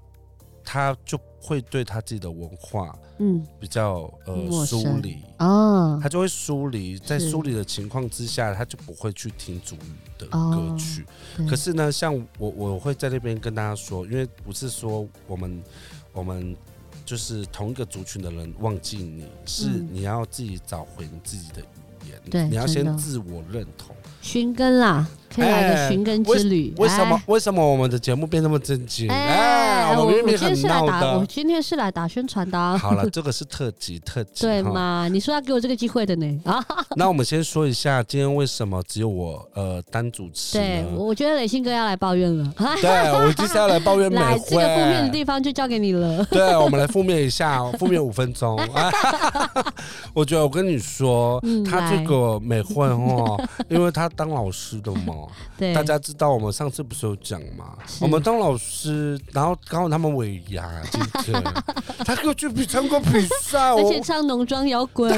[SPEAKER 2] 他就会对他自己的文化
[SPEAKER 3] 嗯，
[SPEAKER 2] 比较呃
[SPEAKER 3] 陌生
[SPEAKER 2] 疏离，
[SPEAKER 3] 哦，
[SPEAKER 2] 他就会疏离，在
[SPEAKER 3] 是
[SPEAKER 2] 疏离的情况之下，他就不会去听主语的歌
[SPEAKER 3] 哦
[SPEAKER 2] 曲。
[SPEAKER 3] 对
[SPEAKER 2] 可是呢，像我我会在那边跟大家说，因为不是说我们我们就是同一个族群的人忘记你，是
[SPEAKER 3] 嗯
[SPEAKER 2] 你要自己找回你自己的语言，
[SPEAKER 3] 对
[SPEAKER 2] 你要
[SPEAKER 3] 真
[SPEAKER 2] 先
[SPEAKER 3] 的
[SPEAKER 2] 自我认同。
[SPEAKER 3] 寻根啦，可以来个
[SPEAKER 2] 哎
[SPEAKER 3] 寻根之旅，
[SPEAKER 2] 为什么
[SPEAKER 3] 哎？
[SPEAKER 2] 为什么我们的节目变那么正经？
[SPEAKER 3] 哎，
[SPEAKER 2] 哎，
[SPEAKER 3] 我
[SPEAKER 2] 我们明
[SPEAKER 3] 我
[SPEAKER 2] 明
[SPEAKER 3] 今天
[SPEAKER 2] 很
[SPEAKER 3] 是来
[SPEAKER 2] 闹
[SPEAKER 3] 打，我
[SPEAKER 2] 的。
[SPEAKER 3] 今天是来打宣传的啊，
[SPEAKER 2] 好了，哦这个是特辑，特辑
[SPEAKER 3] 对
[SPEAKER 2] 哈
[SPEAKER 3] 嘛？你说要给我这个机会的呢啊？
[SPEAKER 2] 那我们先说一下，今天为什么只有我呃单主持
[SPEAKER 3] 对，
[SPEAKER 2] 呢？
[SPEAKER 3] 我我觉得磊信哥要来抱怨
[SPEAKER 2] (laughs)
[SPEAKER 3] 了，啊
[SPEAKER 2] 对，我就是要来抱怨美
[SPEAKER 3] 来
[SPEAKER 2] 惠。
[SPEAKER 3] 这个负面的地方就交给你了。
[SPEAKER 2] 对，我们来负面一下，负面五分钟。 (laughs) 我觉得我跟你说
[SPEAKER 3] 嗯，
[SPEAKER 2] 他这个美惠
[SPEAKER 3] (laughs)
[SPEAKER 2] 哦，因为他当老师的嘛，
[SPEAKER 3] 对，
[SPEAKER 2] 大家知道我们上次不是有讲嘛，
[SPEAKER 3] 是
[SPEAKER 2] 我们当老师，然后刚好他们尾牙今天，
[SPEAKER 3] (laughs)
[SPEAKER 2] 他给我去比唱歌比赛，
[SPEAKER 3] 而
[SPEAKER 2] 我
[SPEAKER 3] 且唱浓妆摇
[SPEAKER 2] (laughs)
[SPEAKER 3] 滚，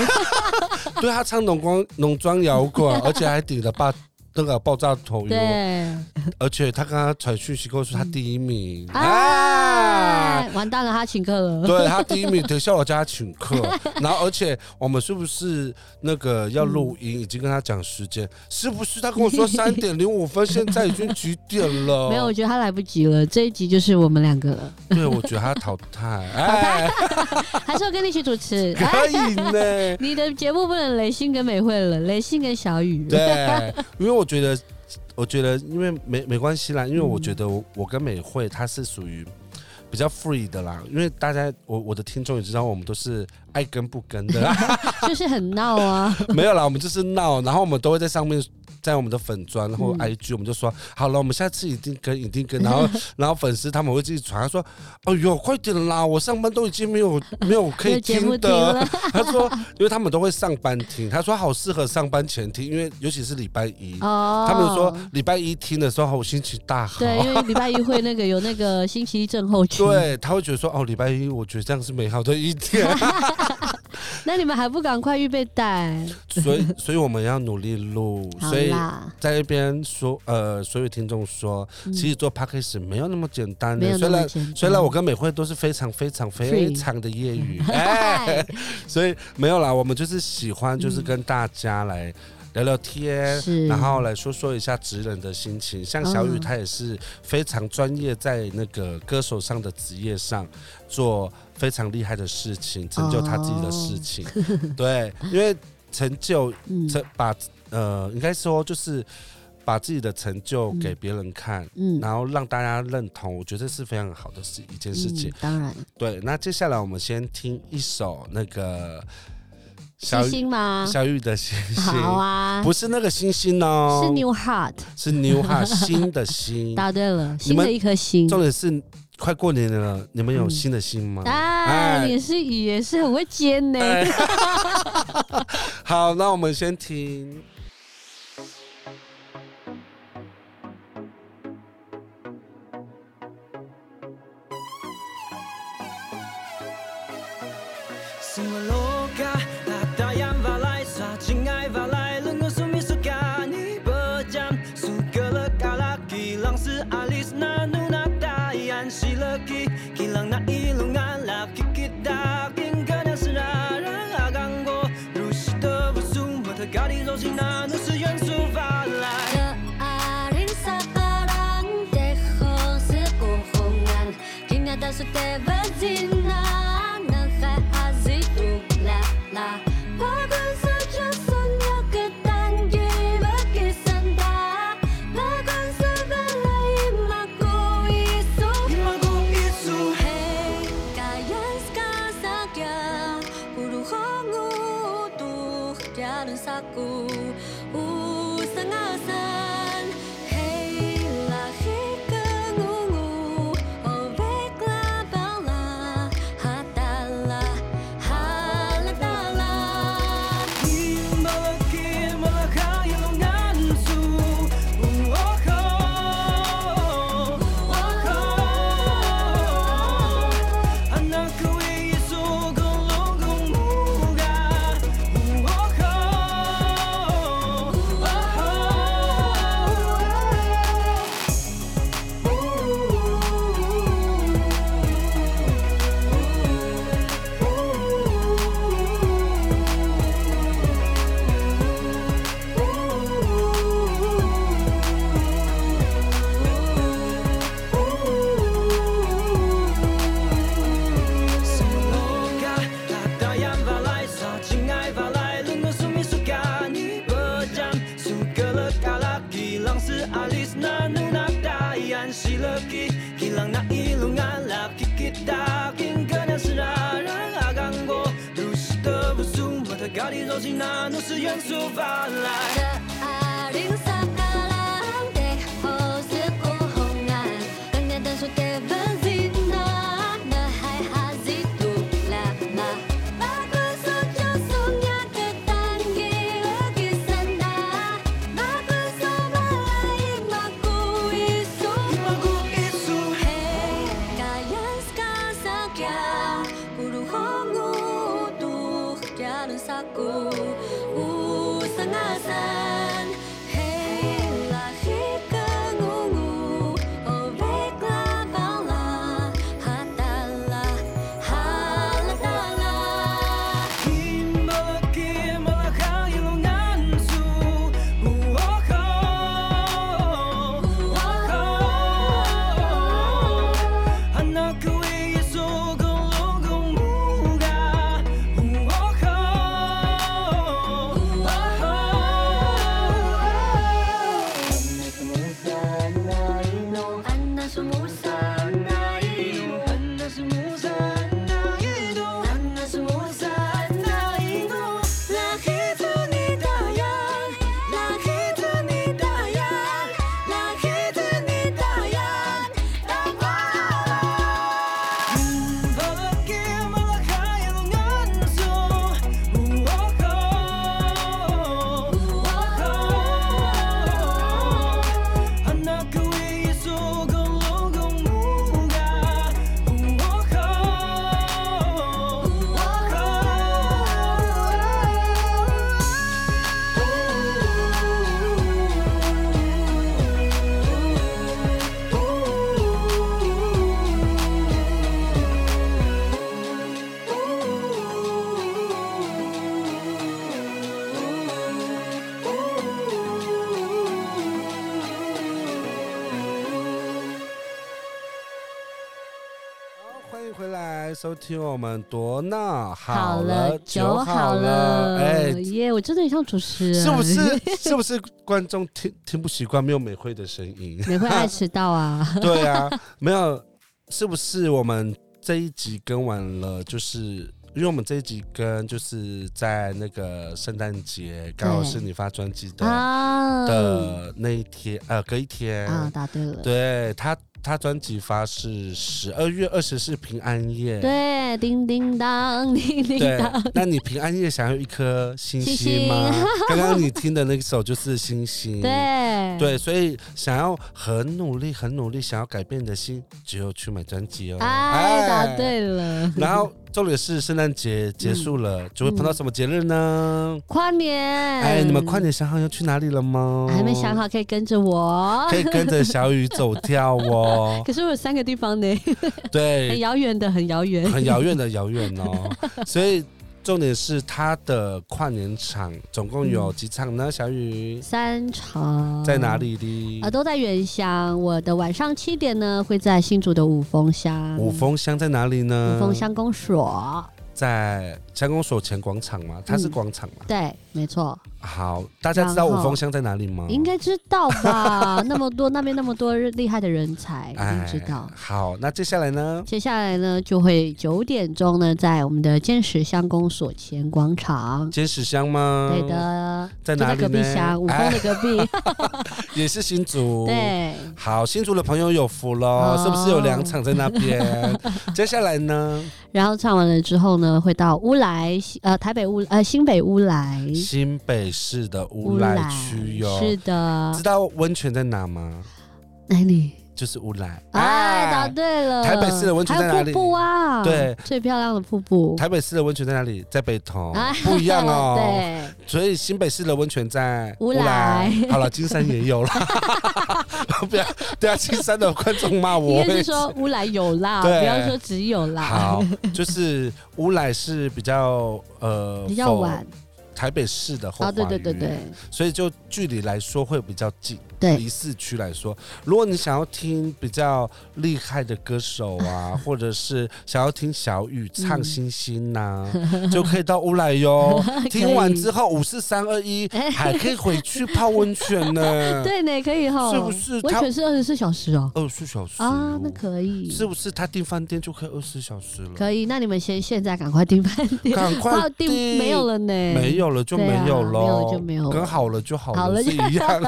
[SPEAKER 2] 对他唱农光农庄摇滚， (laughs) 而且还顶着爆那个爆炸头油，
[SPEAKER 3] 对，
[SPEAKER 2] 而且他刚刚传讯息跟我说他第一名，啊
[SPEAKER 3] 哎，完蛋了，他请客 (laughs) 了。
[SPEAKER 2] 对他第一名，等一下我叫他请客， (laughs) 然后而且我们是不是那个要录音？已经跟他讲时间，是不是？他跟我说三点零五分，现在已经几点了？
[SPEAKER 3] (laughs) 没有，我，觉得他来不及了。这一集就是我们两个了，
[SPEAKER 2] (laughs) 对我觉得他淘
[SPEAKER 3] (laughs)
[SPEAKER 2] 汰，哎，
[SPEAKER 3] 还是我跟你一起主持。哎，
[SPEAKER 2] 可以呢
[SPEAKER 3] (laughs) 你的节目不能雷欣跟美惠了，雷欣跟小雨。
[SPEAKER 2] 对，因为我觉得，我觉得因为没没关系啦，
[SPEAKER 3] 嗯
[SPEAKER 2] 因为我觉得我我跟美惠她是属于。比较 free 的啦，因为大家我我的听众也知道，我们都是爱跟不跟的，
[SPEAKER 3] 就是很闹啊。
[SPEAKER 2] 没有啦，我们就是闹，然后我们都会在上面，在我们的粉砖或
[SPEAKER 3] 嗯
[SPEAKER 2] IG，、我们就说好了，我们下次一定跟，一定
[SPEAKER 3] (laughs)
[SPEAKER 2] 跟，然后然后粉丝他们会自己传，他说，哎呦，快点啦，我上班都已经没有 (laughs) 没有 (laughs) 可
[SPEAKER 3] 没
[SPEAKER 2] 以
[SPEAKER 3] 有节目
[SPEAKER 2] 听
[SPEAKER 3] 听了 (laughs)
[SPEAKER 2] 的， (laughs) 他说，因为他们都会上班听，他说好适合上班前听，因为尤其是礼拜一。
[SPEAKER 3] 哦，
[SPEAKER 2] 他们说礼拜一听的时候，我心情大好。
[SPEAKER 3] 对，因为礼拜一会那个有那个星期一症候
[SPEAKER 2] (laughs)
[SPEAKER 3] 群。，
[SPEAKER 2] 对，他会觉得说，哦，礼拜一，我觉得这样是美好的一
[SPEAKER 3] (laughs)
[SPEAKER 2] 天。
[SPEAKER 3] 那你们还不赶快预备带？
[SPEAKER 2] 所以，所以我们要努力录。
[SPEAKER 3] (laughs) 好
[SPEAKER 2] 所以
[SPEAKER 3] 啦，
[SPEAKER 2] 在那边说，呃，所有听众说，
[SPEAKER 3] 嗯
[SPEAKER 2] 其实做 podcast 没有那么简单
[SPEAKER 3] 没
[SPEAKER 2] 的。
[SPEAKER 3] 有
[SPEAKER 2] 虽
[SPEAKER 3] 那么
[SPEAKER 2] 然
[SPEAKER 3] 简单。
[SPEAKER 2] 虽
[SPEAKER 3] (laughs)
[SPEAKER 2] 然我跟美惠都是非常非常非常的业余，哎，所以没有啦，我们就是喜欢就是跟大家来。聊聊天
[SPEAKER 3] 嗯是，
[SPEAKER 2] 然后来说说一下职人的心情。像小雨，
[SPEAKER 3] 嗯
[SPEAKER 2] 她也是非常专业，在那个歌手上的职业上做非常厉害的事情，成就她自己的事情。
[SPEAKER 3] 哦
[SPEAKER 2] 对，因为成就
[SPEAKER 3] 嗯
[SPEAKER 2] 成把呃，应该说就是把自己的成就给别人看，
[SPEAKER 3] 嗯，
[SPEAKER 2] 然后让大家认同，我觉得是非常好的事一件事情。
[SPEAKER 3] 嗯当然，
[SPEAKER 2] 对，那接下来我们先听一首那个小
[SPEAKER 3] 星
[SPEAKER 2] 雨
[SPEAKER 3] 星吗？
[SPEAKER 2] 小雨的星星，
[SPEAKER 3] 好啊，
[SPEAKER 2] 不是那个星星哦，
[SPEAKER 3] 是 New Heart，
[SPEAKER 2] 是 new 哈新的
[SPEAKER 3] (laughs)
[SPEAKER 2] 星，
[SPEAKER 3] 答对了，新
[SPEAKER 2] 们
[SPEAKER 3] 的一颗星。
[SPEAKER 2] 重点是快过年了，你们有
[SPEAKER 3] 嗯
[SPEAKER 2] 新的星吗？
[SPEAKER 3] 啊，你是语言是很会接呢。
[SPEAKER 2] 哎 (laughs) 好，那我们先听。
[SPEAKER 5] Semoga ada yang balai Sajingai balai Lengu sumi suka ni berjam Sugelek ala kilang sealis Nanuna dayan si leki Kilang na ilungan laki kita Kingga na senarang agang go Rushita busung Matagari rosina nusuyan suvalai
[SPEAKER 4] Kaarin sa karang, deho sa kuhungan Kinadaso te 나는 사꾸 우상아산 헤일라 히끈웅우 어백라 발라 하달라 할라달라
[SPEAKER 5] Meleki melekayungan su, uoho, uoho. Anakku isu gelunggung muga, uoho, uoho. Semoga ada yang balai, sajingai balai, lengan sumi sukani berjam. Sugelek alak hilang sealis nanu nabdayan si leki. Hilang na ilung alak kikit daking kena senarang agang go. Dus tebusung bertegari rosi nanu suyang subalai.
[SPEAKER 4] 아린 사카랑 대허슬 오홍난 강내 단소 대반지나 나하이 하지도 라마 마구소 조송약에 딴 기억이 산다 마구소 말라이 마구 이소 마구 이소 헤이 가얀스카 사kia 구루홍우 뚝야는 사꾸 우상아산 헤일라 히깡웅우 오백라 발라 하달라 할라달라
[SPEAKER 5] Meleki melekayungan su, uoho.
[SPEAKER 4] 嗯
[SPEAKER 5] Anakku isu gelunggung muda
[SPEAKER 2] 好，欢迎回来收听我们多闹
[SPEAKER 3] (laughs) 好了，酒
[SPEAKER 2] 酒
[SPEAKER 3] 好
[SPEAKER 2] 了，
[SPEAKER 3] 了，
[SPEAKER 2] 哎，
[SPEAKER 3] 耶！我真的很像主持人，
[SPEAKER 2] 是
[SPEAKER 3] (laughs)
[SPEAKER 2] 不是是不是观众听听不习惯没有美惠的声
[SPEAKER 3] (laughs)
[SPEAKER 2] 音？
[SPEAKER 3] 你会爱迟到
[SPEAKER 2] (laughs)
[SPEAKER 3] 啊？
[SPEAKER 2] 对啊，没有，是不是我们这一集跟完了，就是因为我们这一集跟就是在那个圣诞节，刚好
[SPEAKER 3] 对
[SPEAKER 2] 是你发专辑的
[SPEAKER 3] 啊
[SPEAKER 2] 的那一天，呃，隔一天，
[SPEAKER 3] 啊，答对了，
[SPEAKER 2] 对他他专辑发是十二月二十是平安夜，
[SPEAKER 3] 对，叮叮当，叮叮
[SPEAKER 2] 对
[SPEAKER 3] 当，， (laughs)
[SPEAKER 2] 那你平安夜想要一颗星
[SPEAKER 3] 星
[SPEAKER 2] 星
[SPEAKER 3] 星
[SPEAKER 2] 吗？ (laughs) 刚刚你听的那首就是星星，
[SPEAKER 3] 对
[SPEAKER 2] 对，所以想要很努力、很努力想要改变你的心，只有去买专辑哦。
[SPEAKER 3] 哎，答。对了，
[SPEAKER 2] 然后重点是圣诞节结束了，
[SPEAKER 3] 嗯
[SPEAKER 2] 就会碰到什么节日呢？
[SPEAKER 3] 跨年，
[SPEAKER 2] 哎，你们哦快点想好要去哪里了吗？
[SPEAKER 3] 嗯还没想，好， (laughs) 可以跟着我。。
[SPEAKER 2] 可以跟着小雨走跳哦
[SPEAKER 3] 可是我有三个地方呢，很
[SPEAKER 2] 对，
[SPEAKER 3] 遥远的，很遥 (laughs) 远。
[SPEAKER 2] 很遥远的遥远哦。所以重点是它的跨年场总共
[SPEAKER 3] 嗯
[SPEAKER 2] 有几场呢？小雨
[SPEAKER 3] 三场
[SPEAKER 2] 在哪？里的
[SPEAKER 3] 啊，？都在原乡。我的晚上七点呢，会在新竹的五峰乡。
[SPEAKER 2] 五峰乡在哪里呢？
[SPEAKER 3] 五峰乡公所，
[SPEAKER 2] 在乡公所前广场吗？它是广场吗？
[SPEAKER 3] 对，没错，
[SPEAKER 2] 好，大家知道
[SPEAKER 3] 嗯然
[SPEAKER 2] 五
[SPEAKER 3] 后
[SPEAKER 2] 峰乡在哪里吗？
[SPEAKER 3] 应该知道
[SPEAKER 2] (laughs)
[SPEAKER 3] 吧？那么多那边那么多厉害的人才，一
[SPEAKER 2] 哎
[SPEAKER 3] 定知道。
[SPEAKER 2] 好，那接下来呢？
[SPEAKER 3] 接下来呢，就会九点钟呢，在我们的坚石乡公所前广场。
[SPEAKER 2] 尖石乡吗？
[SPEAKER 3] 对，的，
[SPEAKER 2] 嗯在
[SPEAKER 3] 就
[SPEAKER 2] 哪
[SPEAKER 3] 在
[SPEAKER 2] 里
[SPEAKER 3] 隔壁
[SPEAKER 2] 呢
[SPEAKER 3] 乡，五峰的隔壁。
[SPEAKER 2] 也是新竹。。
[SPEAKER 3] (laughs) 对，
[SPEAKER 2] 好，新竹的朋友有福喽，
[SPEAKER 3] 哦
[SPEAKER 2] 是不是有两场在那边？
[SPEAKER 3] (laughs)
[SPEAKER 2] 接下来呢？
[SPEAKER 3] 然后唱完了之后呢，会到乌来，呃，台北乌呃新北乌来，
[SPEAKER 2] 新北市的乌来区哟、
[SPEAKER 3] 是的
[SPEAKER 2] 知，道温泉在哪吗？
[SPEAKER 3] 哪里？
[SPEAKER 2] 就是乌来。
[SPEAKER 3] 啊，答
[SPEAKER 2] 哎
[SPEAKER 3] 对了。
[SPEAKER 2] 台北市的温泉在哪里
[SPEAKER 3] 还有瀑布啊，
[SPEAKER 2] 对，
[SPEAKER 3] 最漂亮的瀑布。
[SPEAKER 2] 台北市的温泉在哪里？在北投
[SPEAKER 3] 哎，
[SPEAKER 2] 不一样哦。
[SPEAKER 3] (laughs) 对，
[SPEAKER 2] 所以新北市的温泉在
[SPEAKER 3] 乌来
[SPEAKER 2] 好了，金山也有了。 (laughs) 不要，不要，金山的观众骂我。
[SPEAKER 3] 应该是说乌来有啦，不
[SPEAKER 2] (laughs) 对
[SPEAKER 3] 要说只有啦，
[SPEAKER 2] 好，就是乌来是比较呃
[SPEAKER 3] 比较晚。
[SPEAKER 2] 否台北市的后、
[SPEAKER 3] 啊，对对对对，
[SPEAKER 2] 所以就距离来说会比较近。
[SPEAKER 3] 对
[SPEAKER 2] 离市区来说，如果你想要听比较厉害的歌手啊，
[SPEAKER 3] (laughs)
[SPEAKER 2] 或者是想要听小雨
[SPEAKER 3] 嗯
[SPEAKER 2] 唱星星呐、就可以到乌来
[SPEAKER 3] (laughs)
[SPEAKER 2] 哟。听完之后五四三二一，还可以回去泡温泉呢。
[SPEAKER 3] (laughs) 对呢，可以哈，
[SPEAKER 2] 是不是
[SPEAKER 3] 温
[SPEAKER 2] 他
[SPEAKER 3] 泉是二十四小时哦，
[SPEAKER 2] 二十四小时
[SPEAKER 3] 啊
[SPEAKER 2] 哦，
[SPEAKER 3] 那可以，
[SPEAKER 2] 是不是他订饭店就可以二十四小时了？
[SPEAKER 3] 可以，那你们先现在赶快订饭店，
[SPEAKER 2] 赶
[SPEAKER 3] 还
[SPEAKER 2] 快
[SPEAKER 3] 有 (laughs) 订没有了呢，
[SPEAKER 2] 没有了就
[SPEAKER 3] 对啊
[SPEAKER 2] 没有
[SPEAKER 3] 没有
[SPEAKER 2] 喽，
[SPEAKER 3] 就没有了
[SPEAKER 2] 跟好了就好
[SPEAKER 3] 好了
[SPEAKER 2] 了
[SPEAKER 3] 就是
[SPEAKER 2] 一
[SPEAKER 3] (laughs)
[SPEAKER 2] 样。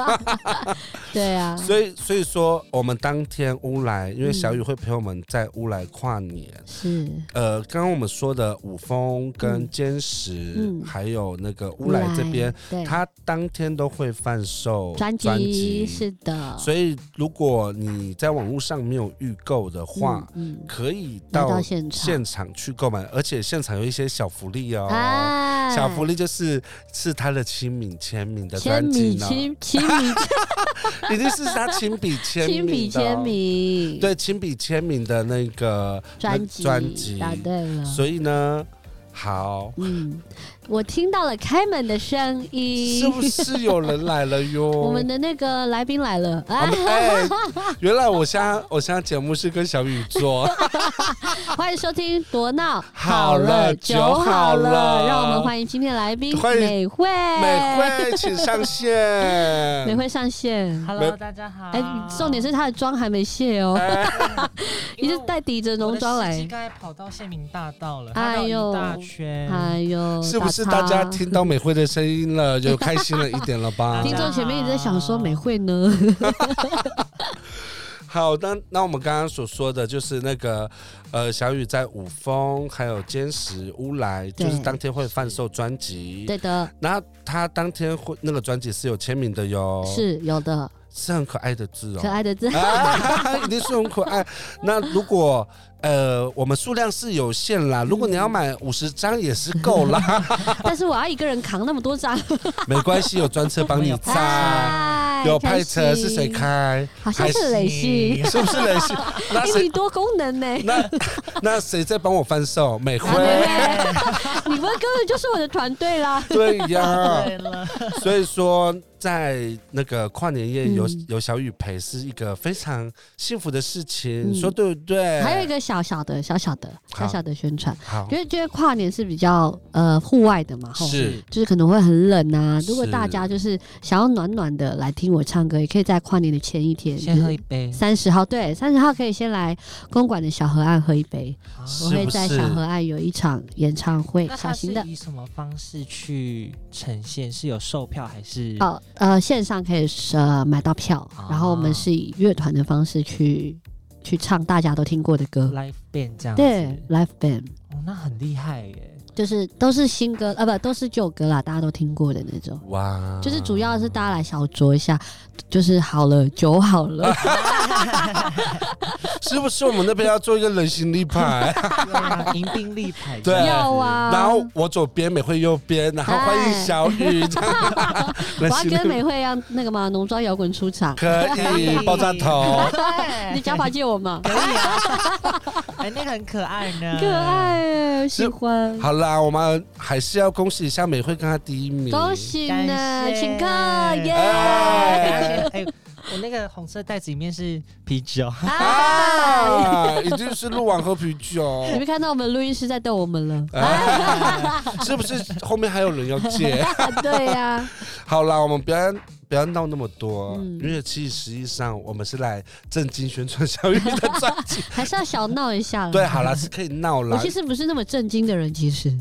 [SPEAKER 3] 对啊，
[SPEAKER 2] 所以，所以说我们当天乌来，因为小
[SPEAKER 3] 嗯
[SPEAKER 2] 雨会陪我们在乌来跨年。
[SPEAKER 3] 是
[SPEAKER 2] 呃，刚刚我们说的五峰跟坚石，
[SPEAKER 3] 嗯
[SPEAKER 2] 还有那个乌来这边，，
[SPEAKER 3] 对，
[SPEAKER 2] 他当天都会贩售
[SPEAKER 3] 专辑
[SPEAKER 2] 辑，
[SPEAKER 3] 是的，
[SPEAKER 2] 所以如果你在网络上没有预购的话，
[SPEAKER 3] 嗯，嗯
[SPEAKER 2] 可以
[SPEAKER 3] 来
[SPEAKER 2] 到
[SPEAKER 3] 到现场，
[SPEAKER 2] 现场去购买，而且现场有一些小福利哦。
[SPEAKER 3] 哎，
[SPEAKER 2] 小福利就是是他的亲笔签名的
[SPEAKER 3] 签
[SPEAKER 2] 专辑
[SPEAKER 3] 名
[SPEAKER 2] 呢，
[SPEAKER 3] 亲亲笔
[SPEAKER 2] 一定是他亲笔签名，
[SPEAKER 3] (laughs) 亲笔签。名，
[SPEAKER 2] 对，亲笔签名的那个
[SPEAKER 3] 专辑，
[SPEAKER 2] 那专辑
[SPEAKER 3] 答对了。
[SPEAKER 2] 所以呢，好，
[SPEAKER 3] 嗯，我听到了开门的声音，
[SPEAKER 2] 是不是有人来了哟？
[SPEAKER 3] (laughs) 我们的那个来宾来了，
[SPEAKER 2] 我
[SPEAKER 3] (laughs) 啊，
[SPEAKER 2] 们哎，原来我现在我现在节目是跟小雨啊做，
[SPEAKER 3] (laughs) 欢迎收听《多闹
[SPEAKER 2] 好了
[SPEAKER 3] 酒
[SPEAKER 2] 酒
[SPEAKER 3] 好
[SPEAKER 2] 好
[SPEAKER 3] 了》，
[SPEAKER 2] 了
[SPEAKER 3] 让我们欢迎今天来宾
[SPEAKER 2] 欢迎
[SPEAKER 3] 美惠，
[SPEAKER 2] 美，惠请上线，
[SPEAKER 3] 美惠上线。
[SPEAKER 1] Hello，大家好。
[SPEAKER 3] 哎，重点是她的妆还没
[SPEAKER 2] 哎
[SPEAKER 3] 卸哦， (laughs)
[SPEAKER 1] 哎
[SPEAKER 3] 一
[SPEAKER 1] 因为
[SPEAKER 3] 直带底着浓妆
[SPEAKER 1] 我的司
[SPEAKER 3] 来
[SPEAKER 1] 机，刚才跑到县民大道了，
[SPEAKER 3] 哎
[SPEAKER 1] 哎
[SPEAKER 3] 呦
[SPEAKER 1] 呦，大圈，
[SPEAKER 3] 哎呦，
[SPEAKER 2] 是不是大
[SPEAKER 3] 打叉
[SPEAKER 2] 家听到美惠的声音了，有开心了一点了吧？
[SPEAKER 3] (laughs) 听众前面一直在想说美惠呢？
[SPEAKER 2] 哦好，那那我们刚刚所说的就是那个，呃，小雨在五峰还有坚石乌来，
[SPEAKER 3] 对
[SPEAKER 2] 就是当天会贩售专辑。
[SPEAKER 3] 对的，
[SPEAKER 2] 然后他当天会那个专辑是有签名的哟，
[SPEAKER 3] 是有的，
[SPEAKER 2] 是很可爱的字哦，
[SPEAKER 3] 可爱
[SPEAKER 2] (laughs)
[SPEAKER 3] 的字，
[SPEAKER 2] 啊，一定是很可爱。那如果呃我们数量是有限啦，如果你要买五十张也是够
[SPEAKER 3] (laughs)
[SPEAKER 2] 啦，
[SPEAKER 3] 但是我要一个人扛那么多
[SPEAKER 2] (laughs)
[SPEAKER 3] 张，
[SPEAKER 2] 没关系，有专车帮你载，
[SPEAKER 3] 哎
[SPEAKER 2] 有
[SPEAKER 3] 开
[SPEAKER 2] 派车
[SPEAKER 3] 心
[SPEAKER 2] 是谁开？
[SPEAKER 3] 好像是雷系，
[SPEAKER 2] 是不是人性？那
[SPEAKER 3] 一
[SPEAKER 2] 谁
[SPEAKER 3] 米多功能呢、啊
[SPEAKER 2] 那那谁在帮我翻售？美惠
[SPEAKER 3] 美。 (laughs) 惠你们根本就是我的团队啦！
[SPEAKER 2] 对呀，
[SPEAKER 1] 对了，
[SPEAKER 2] 所以说在那个跨年夜有、
[SPEAKER 3] 嗯
[SPEAKER 2] 有小雨陪是一个非常幸福的事情，
[SPEAKER 3] 嗯
[SPEAKER 2] 说对不对？
[SPEAKER 3] 还有一个小小的、小小的、小小的宣传，
[SPEAKER 2] 好
[SPEAKER 3] 因为因为跨年是比较呃户外的嘛，吼
[SPEAKER 2] 是
[SPEAKER 3] 就是可能会很冷啊。
[SPEAKER 2] 是
[SPEAKER 3] 如果大家就是想要暖暖的来听我唱歌，也可以在跨年的前一天，
[SPEAKER 1] 先喝一杯，
[SPEAKER 3] 三十号，对，三十号可以先来公馆的小河岸喝一杯。
[SPEAKER 1] 好
[SPEAKER 2] 是
[SPEAKER 3] 我会在
[SPEAKER 2] 不是
[SPEAKER 3] 小河岸有一场演唱会，
[SPEAKER 1] 那
[SPEAKER 3] 小
[SPEAKER 1] 它是
[SPEAKER 3] 型的。
[SPEAKER 1] 以什么方式去呈现？是有售票还是？
[SPEAKER 3] 哦，呃，线上可以呃买到票，
[SPEAKER 1] 啊
[SPEAKER 3] 然后我们是以乐团的方式去去唱大家都听过的歌，
[SPEAKER 1] Live band 这样子，
[SPEAKER 3] 对，live band
[SPEAKER 1] 哦，那很厉害耶！
[SPEAKER 3] 就是都是新歌啊，不都是旧歌啦，大家都听过的那种。
[SPEAKER 2] 哇，
[SPEAKER 3] 就是主要是大家来小酌一下，就是好了，酒好
[SPEAKER 2] (laughs)
[SPEAKER 3] 了，
[SPEAKER 2] 是不是我们那边要做一个人形
[SPEAKER 3] (laughs)
[SPEAKER 2] 立牌？
[SPEAKER 1] 对啊迎宾立牌，
[SPEAKER 2] 对
[SPEAKER 3] 要啊。
[SPEAKER 2] 然后我左边美惠，右边，然后欢迎小雨，这样
[SPEAKER 3] 我 (laughs)
[SPEAKER 2] 人
[SPEAKER 3] 要
[SPEAKER 2] 形
[SPEAKER 3] 跟
[SPEAKER 2] 立，
[SPEAKER 3] 美惠一样，那个嘛，浓妆摇滚出场
[SPEAKER 2] 可以爆炸头。
[SPEAKER 3] (laughs) 你假发借我
[SPEAKER 2] (laughs)
[SPEAKER 3] 嘛，
[SPEAKER 1] 可以啊，哎，那个很可爱呢，
[SPEAKER 3] 可爱欸，喜欢。
[SPEAKER 2] 好啦，我们还是要恭喜一下美惠，跟她第一名，
[SPEAKER 3] 恭喜
[SPEAKER 1] 感
[SPEAKER 3] 呢，
[SPEAKER 1] 谢
[SPEAKER 2] 啊
[SPEAKER 3] 请客耶！
[SPEAKER 1] 哎。哎，我那个红色袋子里面是啤酒，
[SPEAKER 3] 哎
[SPEAKER 2] 啊，已经是鹿王喝啤酒，
[SPEAKER 3] 你们看到我们录音师在逗我
[SPEAKER 2] (laughs)
[SPEAKER 3] 们了？
[SPEAKER 2] 是不是后面还有人要
[SPEAKER 3] (laughs)
[SPEAKER 2] 借？
[SPEAKER 3] 对呀、
[SPEAKER 2] 好啦，我们不要不要闹那么多，
[SPEAKER 3] 嗯
[SPEAKER 2] 因为其实实际上我们是来正经宣传小玉的
[SPEAKER 3] (laughs)
[SPEAKER 2] 专辑。
[SPEAKER 3] 还是要小闹一下了。
[SPEAKER 2] 对，好啦，是可以闹
[SPEAKER 3] 我
[SPEAKER 2] 啦
[SPEAKER 3] 其。实不是那么震惊的人，其实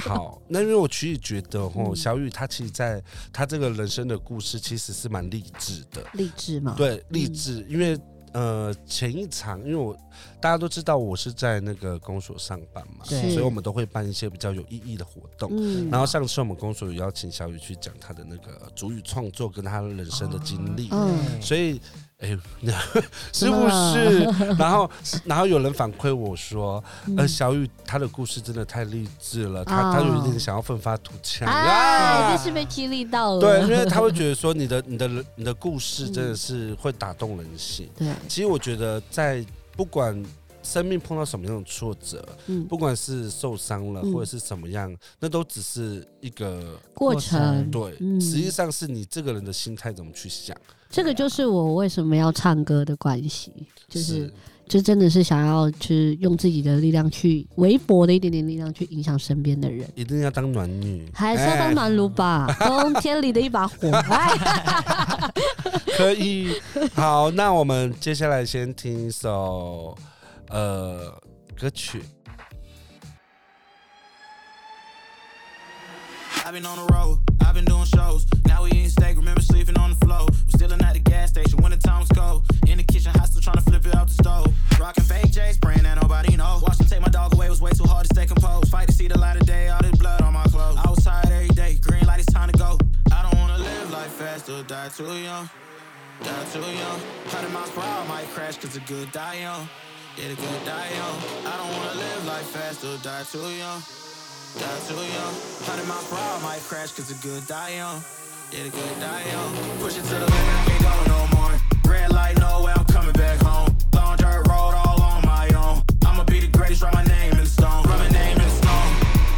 [SPEAKER 2] 好， (laughs) 那因为我其实觉得
[SPEAKER 3] 嗯
[SPEAKER 2] 哦，小雨她其实在她这个人生的故事其实是蛮励志的。
[SPEAKER 3] 励志嘛。
[SPEAKER 2] 对，励志，因为呃，前一场，因为我大家都知道我是在那个公所上班嘛，所
[SPEAKER 3] 对
[SPEAKER 2] 以我们都会办一些比较有意义的活动。
[SPEAKER 3] 嗯
[SPEAKER 2] 然后上次我们公所有邀请小雨去讲她的那个主语创作跟她人生的经历，
[SPEAKER 3] 嗯
[SPEAKER 2] 所以。哎、 (laughs) 是
[SPEAKER 3] 怎
[SPEAKER 2] 不
[SPEAKER 3] 么
[SPEAKER 2] 是
[SPEAKER 3] 了？ (laughs)
[SPEAKER 2] 然后，然后有人反馈我说，
[SPEAKER 3] 嗯
[SPEAKER 2] 呃，小雨她的故事真的太励志了，她她有一点想要奋发图强啊
[SPEAKER 3] 哎，这是被激哦励到了。
[SPEAKER 2] 对，因为他会觉得说你的你的人你的故事真的是会打动人心。
[SPEAKER 3] (laughs) 对，
[SPEAKER 2] 其实我觉得在不管。生命碰到什么样的挫折，
[SPEAKER 3] 嗯，
[SPEAKER 2] 不管是受伤了
[SPEAKER 3] 嗯
[SPEAKER 2] 或者是什么样，那都只是一个
[SPEAKER 3] 过
[SPEAKER 1] 过程
[SPEAKER 3] 程
[SPEAKER 2] 对。
[SPEAKER 3] 嗯
[SPEAKER 2] 实际上是你这个人的心态怎么去想，
[SPEAKER 3] 这个就是我为什么要唱歌的关系，就是
[SPEAKER 2] 是
[SPEAKER 3] 就真的是想要去用自己的力量去微薄的一点点力量去影响身边的人。
[SPEAKER 2] 一定要当暖女，
[SPEAKER 3] 还是要当暖炉
[SPEAKER 2] (laughs)
[SPEAKER 3] 吧，冬天里的一把火。哎，
[SPEAKER 2] 哎可以。好，那我们接下来先听一首呃歌曲。
[SPEAKER 6] I've been on the road, I've been doing shows. Now we eating steak, remember sleeping on the floor. We stealing at the gas station when the time was cold. In the kitchen, hustle trying to flip it out the stove. Rocking fake J's, praying that nobody know. Watching take my dog away was way too hard to stay composed. Fight to see the light of day, all this blood on my clothes. I was tired every day, green light, it's time to go. I don't wanna live life fast or die too young. Die too young. 100 miles per hour might crash, cause the good die young. Yeah, the good die young. I don't wanna live life fast or die too young. Die too young. 100 miles per hour might crash cause the good die young. Yeah, the good die young. Push it to the limit, I can't go no more. Red light, no way, I'm coming back home. Long dirt road all on my own. I'ma be the greatest, write my name in the stone. Write my name in the stone.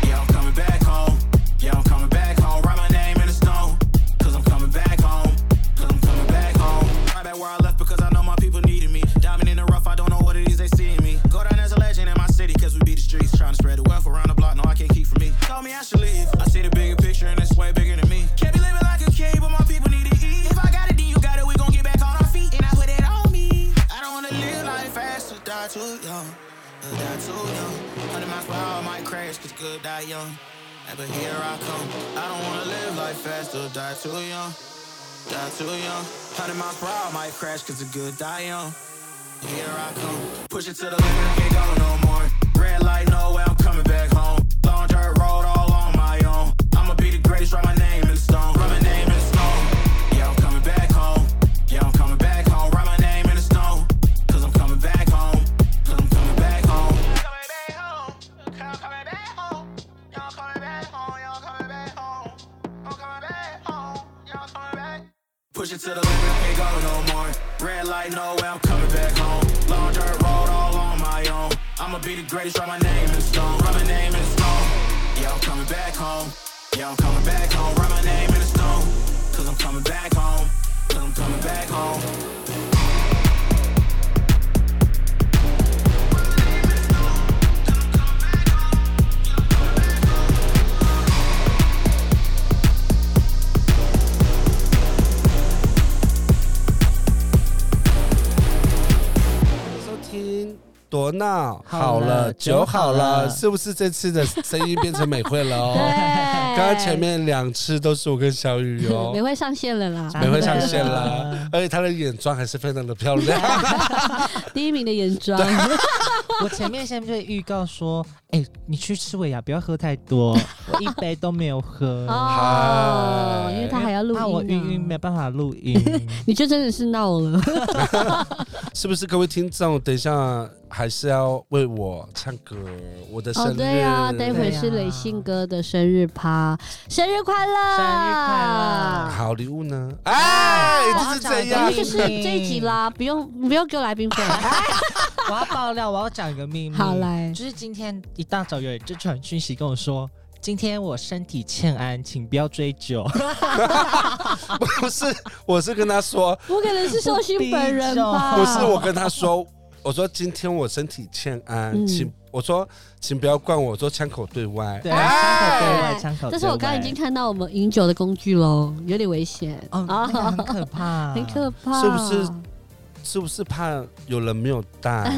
[SPEAKER 6] Yeah, I'm coming back home. Yeah, I'm coming back home. Write my name in the stone. Cause I'm coming back home. Cause I'm coming back home. Right back where I left because I know my people needed me. Diamond in the rough, I don't know what it is they see in me. Go down as a legend in my city, cause we be the streets. Trying to spread the wealth around the block, no, I can't keep from me. Told me I should leave. I see the bigger picture and it's way bigger than me. Can't be living like a king, but my people need to eat. If I got it, then you got it, we gon' get back on our feet. And I put it on me. I don't wanna live life fast or die too young. Or die too young. 100 miles per hour might crash, cause good die young. Hey, But here I come. I don't wanna live life fast or die too young. Die too young. 100 miles per hour might crash cause the good die young. Here I come. Push it to the limit, I can't go no more. Red light, no way, I'm coming back home. Long dirt road all on my own. I'ma be the greatest, write my name in the stone. Write my name in the stone. Yeah, I'm coming back home. Yeah, I'm coming back home. Write my name in the stone. Cause I'm coming back home. Cause I'm coming back home. Coming back home. I'm coming back home. Y'all coming back home. Y'all coming back home. I'm coming back home. Y'all coming back. Push it to the limit, can't go no more. Red light, no way, I'm coming back home. Long dirt road all on my own. I'ma be the greatest, write my name in stone. Write my name in stone. Yeah, I'm coming back home. Yeah, I'm coming back home. Write my name in the stone. Cause I'm coming back home. Cause I'm coming back home.
[SPEAKER 2] 收听多闹好
[SPEAKER 1] 好了
[SPEAKER 2] 了，酒
[SPEAKER 1] 酒
[SPEAKER 2] 好
[SPEAKER 1] 好
[SPEAKER 2] 了，
[SPEAKER 1] 了
[SPEAKER 2] 是不是这次的声音变成美惠了哦？
[SPEAKER 3] 对，
[SPEAKER 2] 刚刚前面两次都是我跟小雨
[SPEAKER 3] (laughs)
[SPEAKER 2] 哦
[SPEAKER 3] 美，惠哎上线了啦，
[SPEAKER 2] 美惠上
[SPEAKER 1] 真的
[SPEAKER 2] 线啦，而且她的眼妆还是非常的漂亮。 (laughs)
[SPEAKER 3] 第一名的眼妆，
[SPEAKER 1] 我前面先被预告说，哎、你去吃尾牙，不要喝太多，我一杯都没有
[SPEAKER 3] (laughs)
[SPEAKER 1] 喝，
[SPEAKER 3] 哦，因为他还要录
[SPEAKER 1] 怕我晕晕
[SPEAKER 3] 音、
[SPEAKER 1] 没
[SPEAKER 3] 啊，
[SPEAKER 1] 办法录音。 (laughs)
[SPEAKER 3] 你就真的是闹了，
[SPEAKER 2] 是不是各位听众，等一下还是要为我唱歌，我的生
[SPEAKER 3] 哦，
[SPEAKER 2] 日。
[SPEAKER 3] 对啊，待会是
[SPEAKER 1] 对啊
[SPEAKER 3] 磊信哥的生日趴，生日快乐，
[SPEAKER 1] 生日快
[SPEAKER 2] 好礼物呢？哎，嗯就是这
[SPEAKER 1] 我
[SPEAKER 2] 样
[SPEAKER 1] 要
[SPEAKER 3] 那
[SPEAKER 1] 讲
[SPEAKER 3] 就。是这一集啦，不用不用给我来宾
[SPEAKER 2] (laughs)
[SPEAKER 3] 费，
[SPEAKER 2] 嗯
[SPEAKER 1] 我要爆料，我要讲一个秘密。
[SPEAKER 3] 好来
[SPEAKER 1] 就是今天一大早有人就传讯息跟我说，今天我身体欠安，请不要追 (laughs) 究。
[SPEAKER 2] (laughs) 不是，我是跟他说，
[SPEAKER 3] 我可能是寿星本人吧，
[SPEAKER 2] 不是我跟他说，我说今天我身体欠安，
[SPEAKER 3] 嗯
[SPEAKER 2] 请我说，请不要怪我，我说枪口对外，
[SPEAKER 1] 对，枪口对
[SPEAKER 3] 哎
[SPEAKER 1] 外，枪口对外。
[SPEAKER 3] 但是我刚刚已经看到我们饮酒的工具喽，有点危险
[SPEAKER 1] 哦，那个很可怕，
[SPEAKER 3] (laughs) 很可怕，
[SPEAKER 2] 啊是不是是不是怕有人没有
[SPEAKER 3] (laughs)
[SPEAKER 2] 带？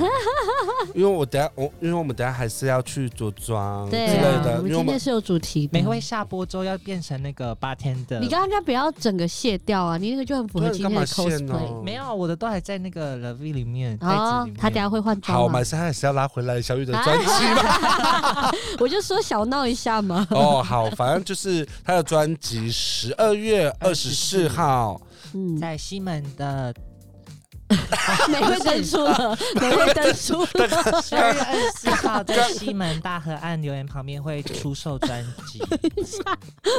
[SPEAKER 2] 因为我等下我因为我们等下还是要去着装之
[SPEAKER 3] 对
[SPEAKER 2] 类
[SPEAKER 3] 啊
[SPEAKER 2] 的，
[SPEAKER 3] 我
[SPEAKER 2] 因
[SPEAKER 3] 们
[SPEAKER 2] 为我
[SPEAKER 3] 今天
[SPEAKER 2] 们
[SPEAKER 3] 是有主题的
[SPEAKER 1] 每。回下播之后要变成那个八天的。
[SPEAKER 3] 你刚刚不要整个卸掉啊，你那个就很符合
[SPEAKER 2] 对
[SPEAKER 3] 今天的
[SPEAKER 2] 干嘛卸呢
[SPEAKER 3] cosplay。
[SPEAKER 1] 没有，我的都还在那个 l v 里面，袋子里
[SPEAKER 3] 哦
[SPEAKER 1] 面，
[SPEAKER 3] 他等下会换
[SPEAKER 2] 好，我
[SPEAKER 3] 装吗啊
[SPEAKER 2] 们？现在还是要拉回来小雨的专辑
[SPEAKER 3] (laughs)
[SPEAKER 2] 嘛。
[SPEAKER 3] 我就说小闹一下嘛。
[SPEAKER 2] 哦，好，反正就是他的专辑十二月二十四号，
[SPEAKER 3] 嗯，
[SPEAKER 1] 在西门
[SPEAKER 3] (laughs)
[SPEAKER 1] 的
[SPEAKER 3] 美会登出了，美会登出了。
[SPEAKER 1] 十二月二十四号，
[SPEAKER 3] (laughs)
[SPEAKER 1] 在西门大河岸留言旁边会出售专
[SPEAKER 3] (laughs)
[SPEAKER 1] 辑。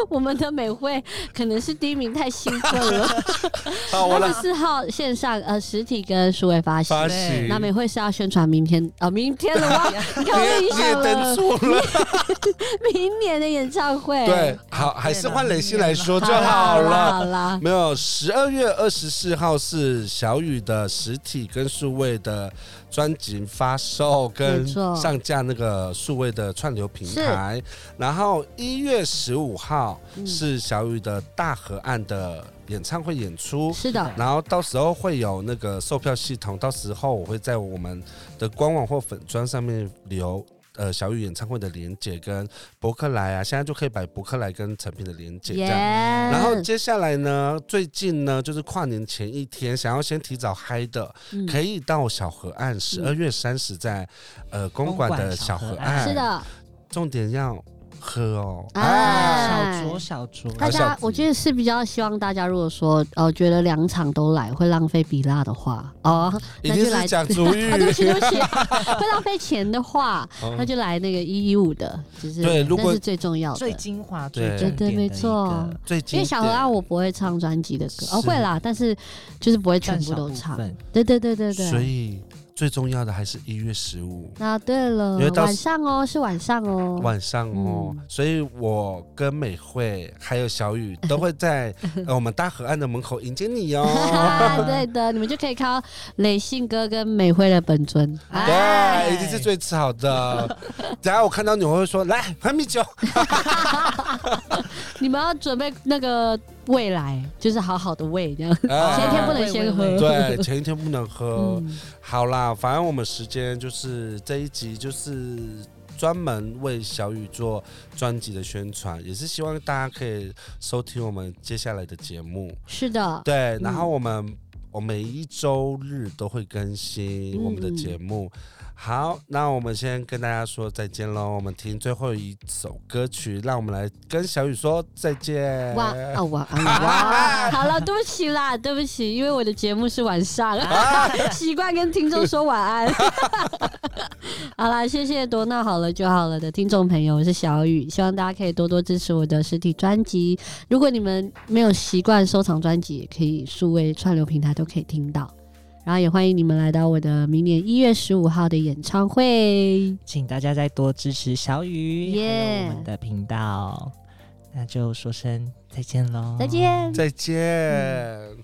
[SPEAKER 3] 我们的美惠可能是第一名，太兴奋了。
[SPEAKER 2] (laughs) 好，我
[SPEAKER 3] 二
[SPEAKER 2] 来
[SPEAKER 3] 十四号线上呃实体跟数位发行
[SPEAKER 2] 发，行。
[SPEAKER 3] 那美惠是要宣传明天哦，明天了哇，你看
[SPEAKER 2] (laughs) 你
[SPEAKER 3] 我
[SPEAKER 2] 也
[SPEAKER 3] 影
[SPEAKER 2] 你也
[SPEAKER 3] 响
[SPEAKER 2] 登
[SPEAKER 3] 了
[SPEAKER 2] 错了，
[SPEAKER 3] 明年的演唱会。
[SPEAKER 2] 对，好，还是换磊鑫来说就
[SPEAKER 3] 啦
[SPEAKER 2] 好
[SPEAKER 3] 啦
[SPEAKER 2] 了
[SPEAKER 3] 好。啦，
[SPEAKER 2] 没有，十二月二十四号是小雨的实体跟数位的专辑发售跟
[SPEAKER 3] 没错
[SPEAKER 2] 上架那个数位的串流平台，然后一月十五号
[SPEAKER 3] 嗯
[SPEAKER 2] 是小雨的大河岸的演唱会演出。
[SPEAKER 3] 是的，
[SPEAKER 2] 然后到时候会有那个售票系统，到时候我会在我们的官网或粉砖上面留呃小雨演唱会的连接跟博客来啊，现在就可以摆博客来跟成品的连接这样。然
[SPEAKER 3] 然
[SPEAKER 2] 后接下来呢，最近呢，就是跨年前一天，想要先提早嗨的，
[SPEAKER 3] 嗯
[SPEAKER 2] 可以到小河岸，十二月三十在呃公馆的小河岸，
[SPEAKER 3] 是，的，
[SPEAKER 2] 重点要喝哦，
[SPEAKER 1] 小
[SPEAKER 3] 哎
[SPEAKER 1] 卓，小卓，
[SPEAKER 3] 大
[SPEAKER 2] 小
[SPEAKER 3] 家
[SPEAKER 2] 子
[SPEAKER 3] 我觉得是比较希望大家，如果说呃觉得两场都来会浪费比拉的话，哦，
[SPEAKER 2] 一
[SPEAKER 3] 那
[SPEAKER 2] 定
[SPEAKER 3] 就来
[SPEAKER 2] 是讲主
[SPEAKER 3] (laughs) 啊，对不
[SPEAKER 2] 语。
[SPEAKER 3] 起，对不起，会浪费钱的话，
[SPEAKER 2] 哦
[SPEAKER 3] 那就来那个一一五的，就是
[SPEAKER 2] 对如
[SPEAKER 3] 那
[SPEAKER 2] 果
[SPEAKER 3] 是最重要
[SPEAKER 1] 最
[SPEAKER 3] 的。
[SPEAKER 1] 精华、最
[SPEAKER 2] 对
[SPEAKER 1] 重点的
[SPEAKER 3] 对对
[SPEAKER 1] 一
[SPEAKER 3] 没
[SPEAKER 1] 个
[SPEAKER 3] 错
[SPEAKER 2] 最
[SPEAKER 3] 因
[SPEAKER 2] 近
[SPEAKER 3] 为小河岸我不会唱专辑的歌，哦
[SPEAKER 2] 是
[SPEAKER 3] 会啦，但是就是不会全
[SPEAKER 1] 占
[SPEAKER 3] 部
[SPEAKER 1] 小
[SPEAKER 3] 都
[SPEAKER 1] 部
[SPEAKER 3] 唱。
[SPEAKER 1] 分
[SPEAKER 3] 对对对对
[SPEAKER 2] 所
[SPEAKER 3] 对。
[SPEAKER 2] 以最重要的还是一月十五
[SPEAKER 3] 那对了
[SPEAKER 2] 因为，到
[SPEAKER 3] 晚上哦，是晚上哦。
[SPEAKER 2] 晚上哦，
[SPEAKER 3] 嗯
[SPEAKER 2] 所以我跟美惠还有小雨都会
[SPEAKER 3] (laughs)
[SPEAKER 2] 在呃我们大河岸的门口迎接你哦。
[SPEAKER 3] 对的，你们就可以看到磊信哥跟美惠的本尊。
[SPEAKER 1] 哎
[SPEAKER 2] 对，一定是最吃好
[SPEAKER 3] (laughs)
[SPEAKER 2] 的。等下我看到你，我会说来喝米酒。
[SPEAKER 3] 你们要准备那个未来，就是好好的喂这样。
[SPEAKER 2] 哎
[SPEAKER 3] 前一天不能先喝。
[SPEAKER 1] 喂喂喂
[SPEAKER 2] 对，前一天不能喝。
[SPEAKER 3] 嗯，
[SPEAKER 2] 好啦，反正我们时间就是这一集就是。专门为小雨做专辑的宣传，也是希望大家可以收听我们接下来的节目。
[SPEAKER 3] 是的，
[SPEAKER 2] 对，然后我们、我每一周日都会更新我们的节目。好，那我们先跟大家说再见喽。我们听最后一首歌曲，让我们来跟小雨说再见。
[SPEAKER 3] 晚啊 (laughs) 晚安哇！好了，对不起啦，对不起，因为我的节目是晚上， (laughs) 习惯跟听众说晚 (laughs) 安。好啦，谢谢多闹好了就好了的听众朋友，我是小雨，希望大家可以多多支持我的实体专辑。如果你们没有习惯收藏专辑，也可以数位串流平台都可以听到。然后也欢迎你们来到我的明年一月十五号的演唱会。
[SPEAKER 1] 请大家再多支持小雨还有
[SPEAKER 3] Yeah
[SPEAKER 1] 我们的频道。那就说声再见喽，
[SPEAKER 3] 再见。
[SPEAKER 2] 再见。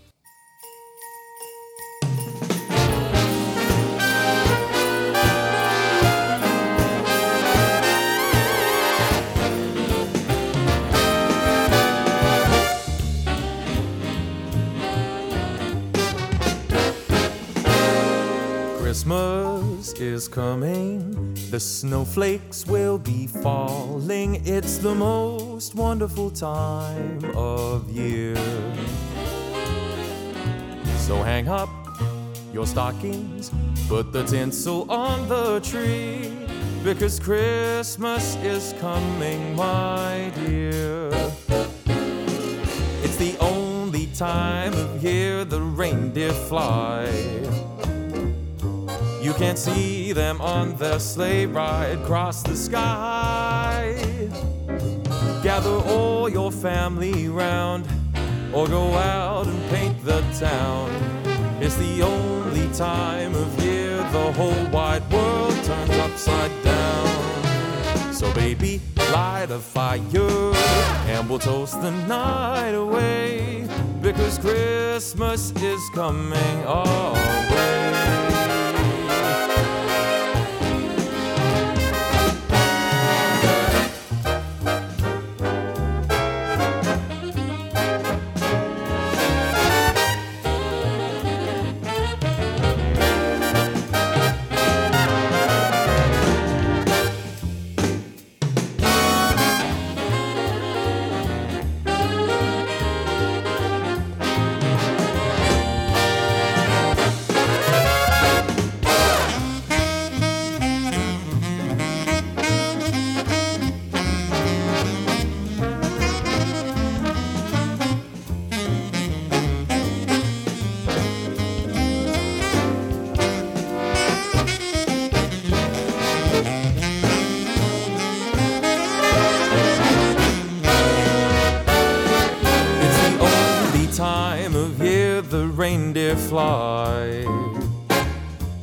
[SPEAKER 7] Christmas is coming, the snowflakes will be falling. It's the most wonderful time of year. So hang up your stockings, put the tinsel on the tree, because Christmas is coming, my dear. It's the only time of year the reindeer fly. You can see them on their sleigh ride across the sky. Gather all your family round, or go out and paint the town. It's the only time of year the whole wide world turns upside down. So, baby, light a fire and we'll toast the night away because Christmas is coming our way. It's the only time of year the reindeer fly.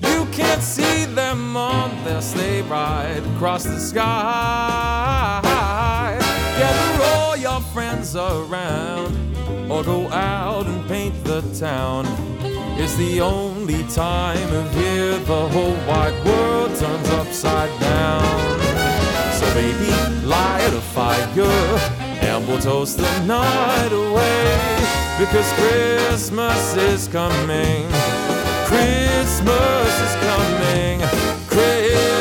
[SPEAKER 7] You can't see them on their sleigh ride across the sky. Gather all your friends around, or go out and paint the town. It's the only time of year the whole wide world turns upside down. So baby, light a fire and we'll toast the night away because Christmas is coming. Christmas is coming. Christmas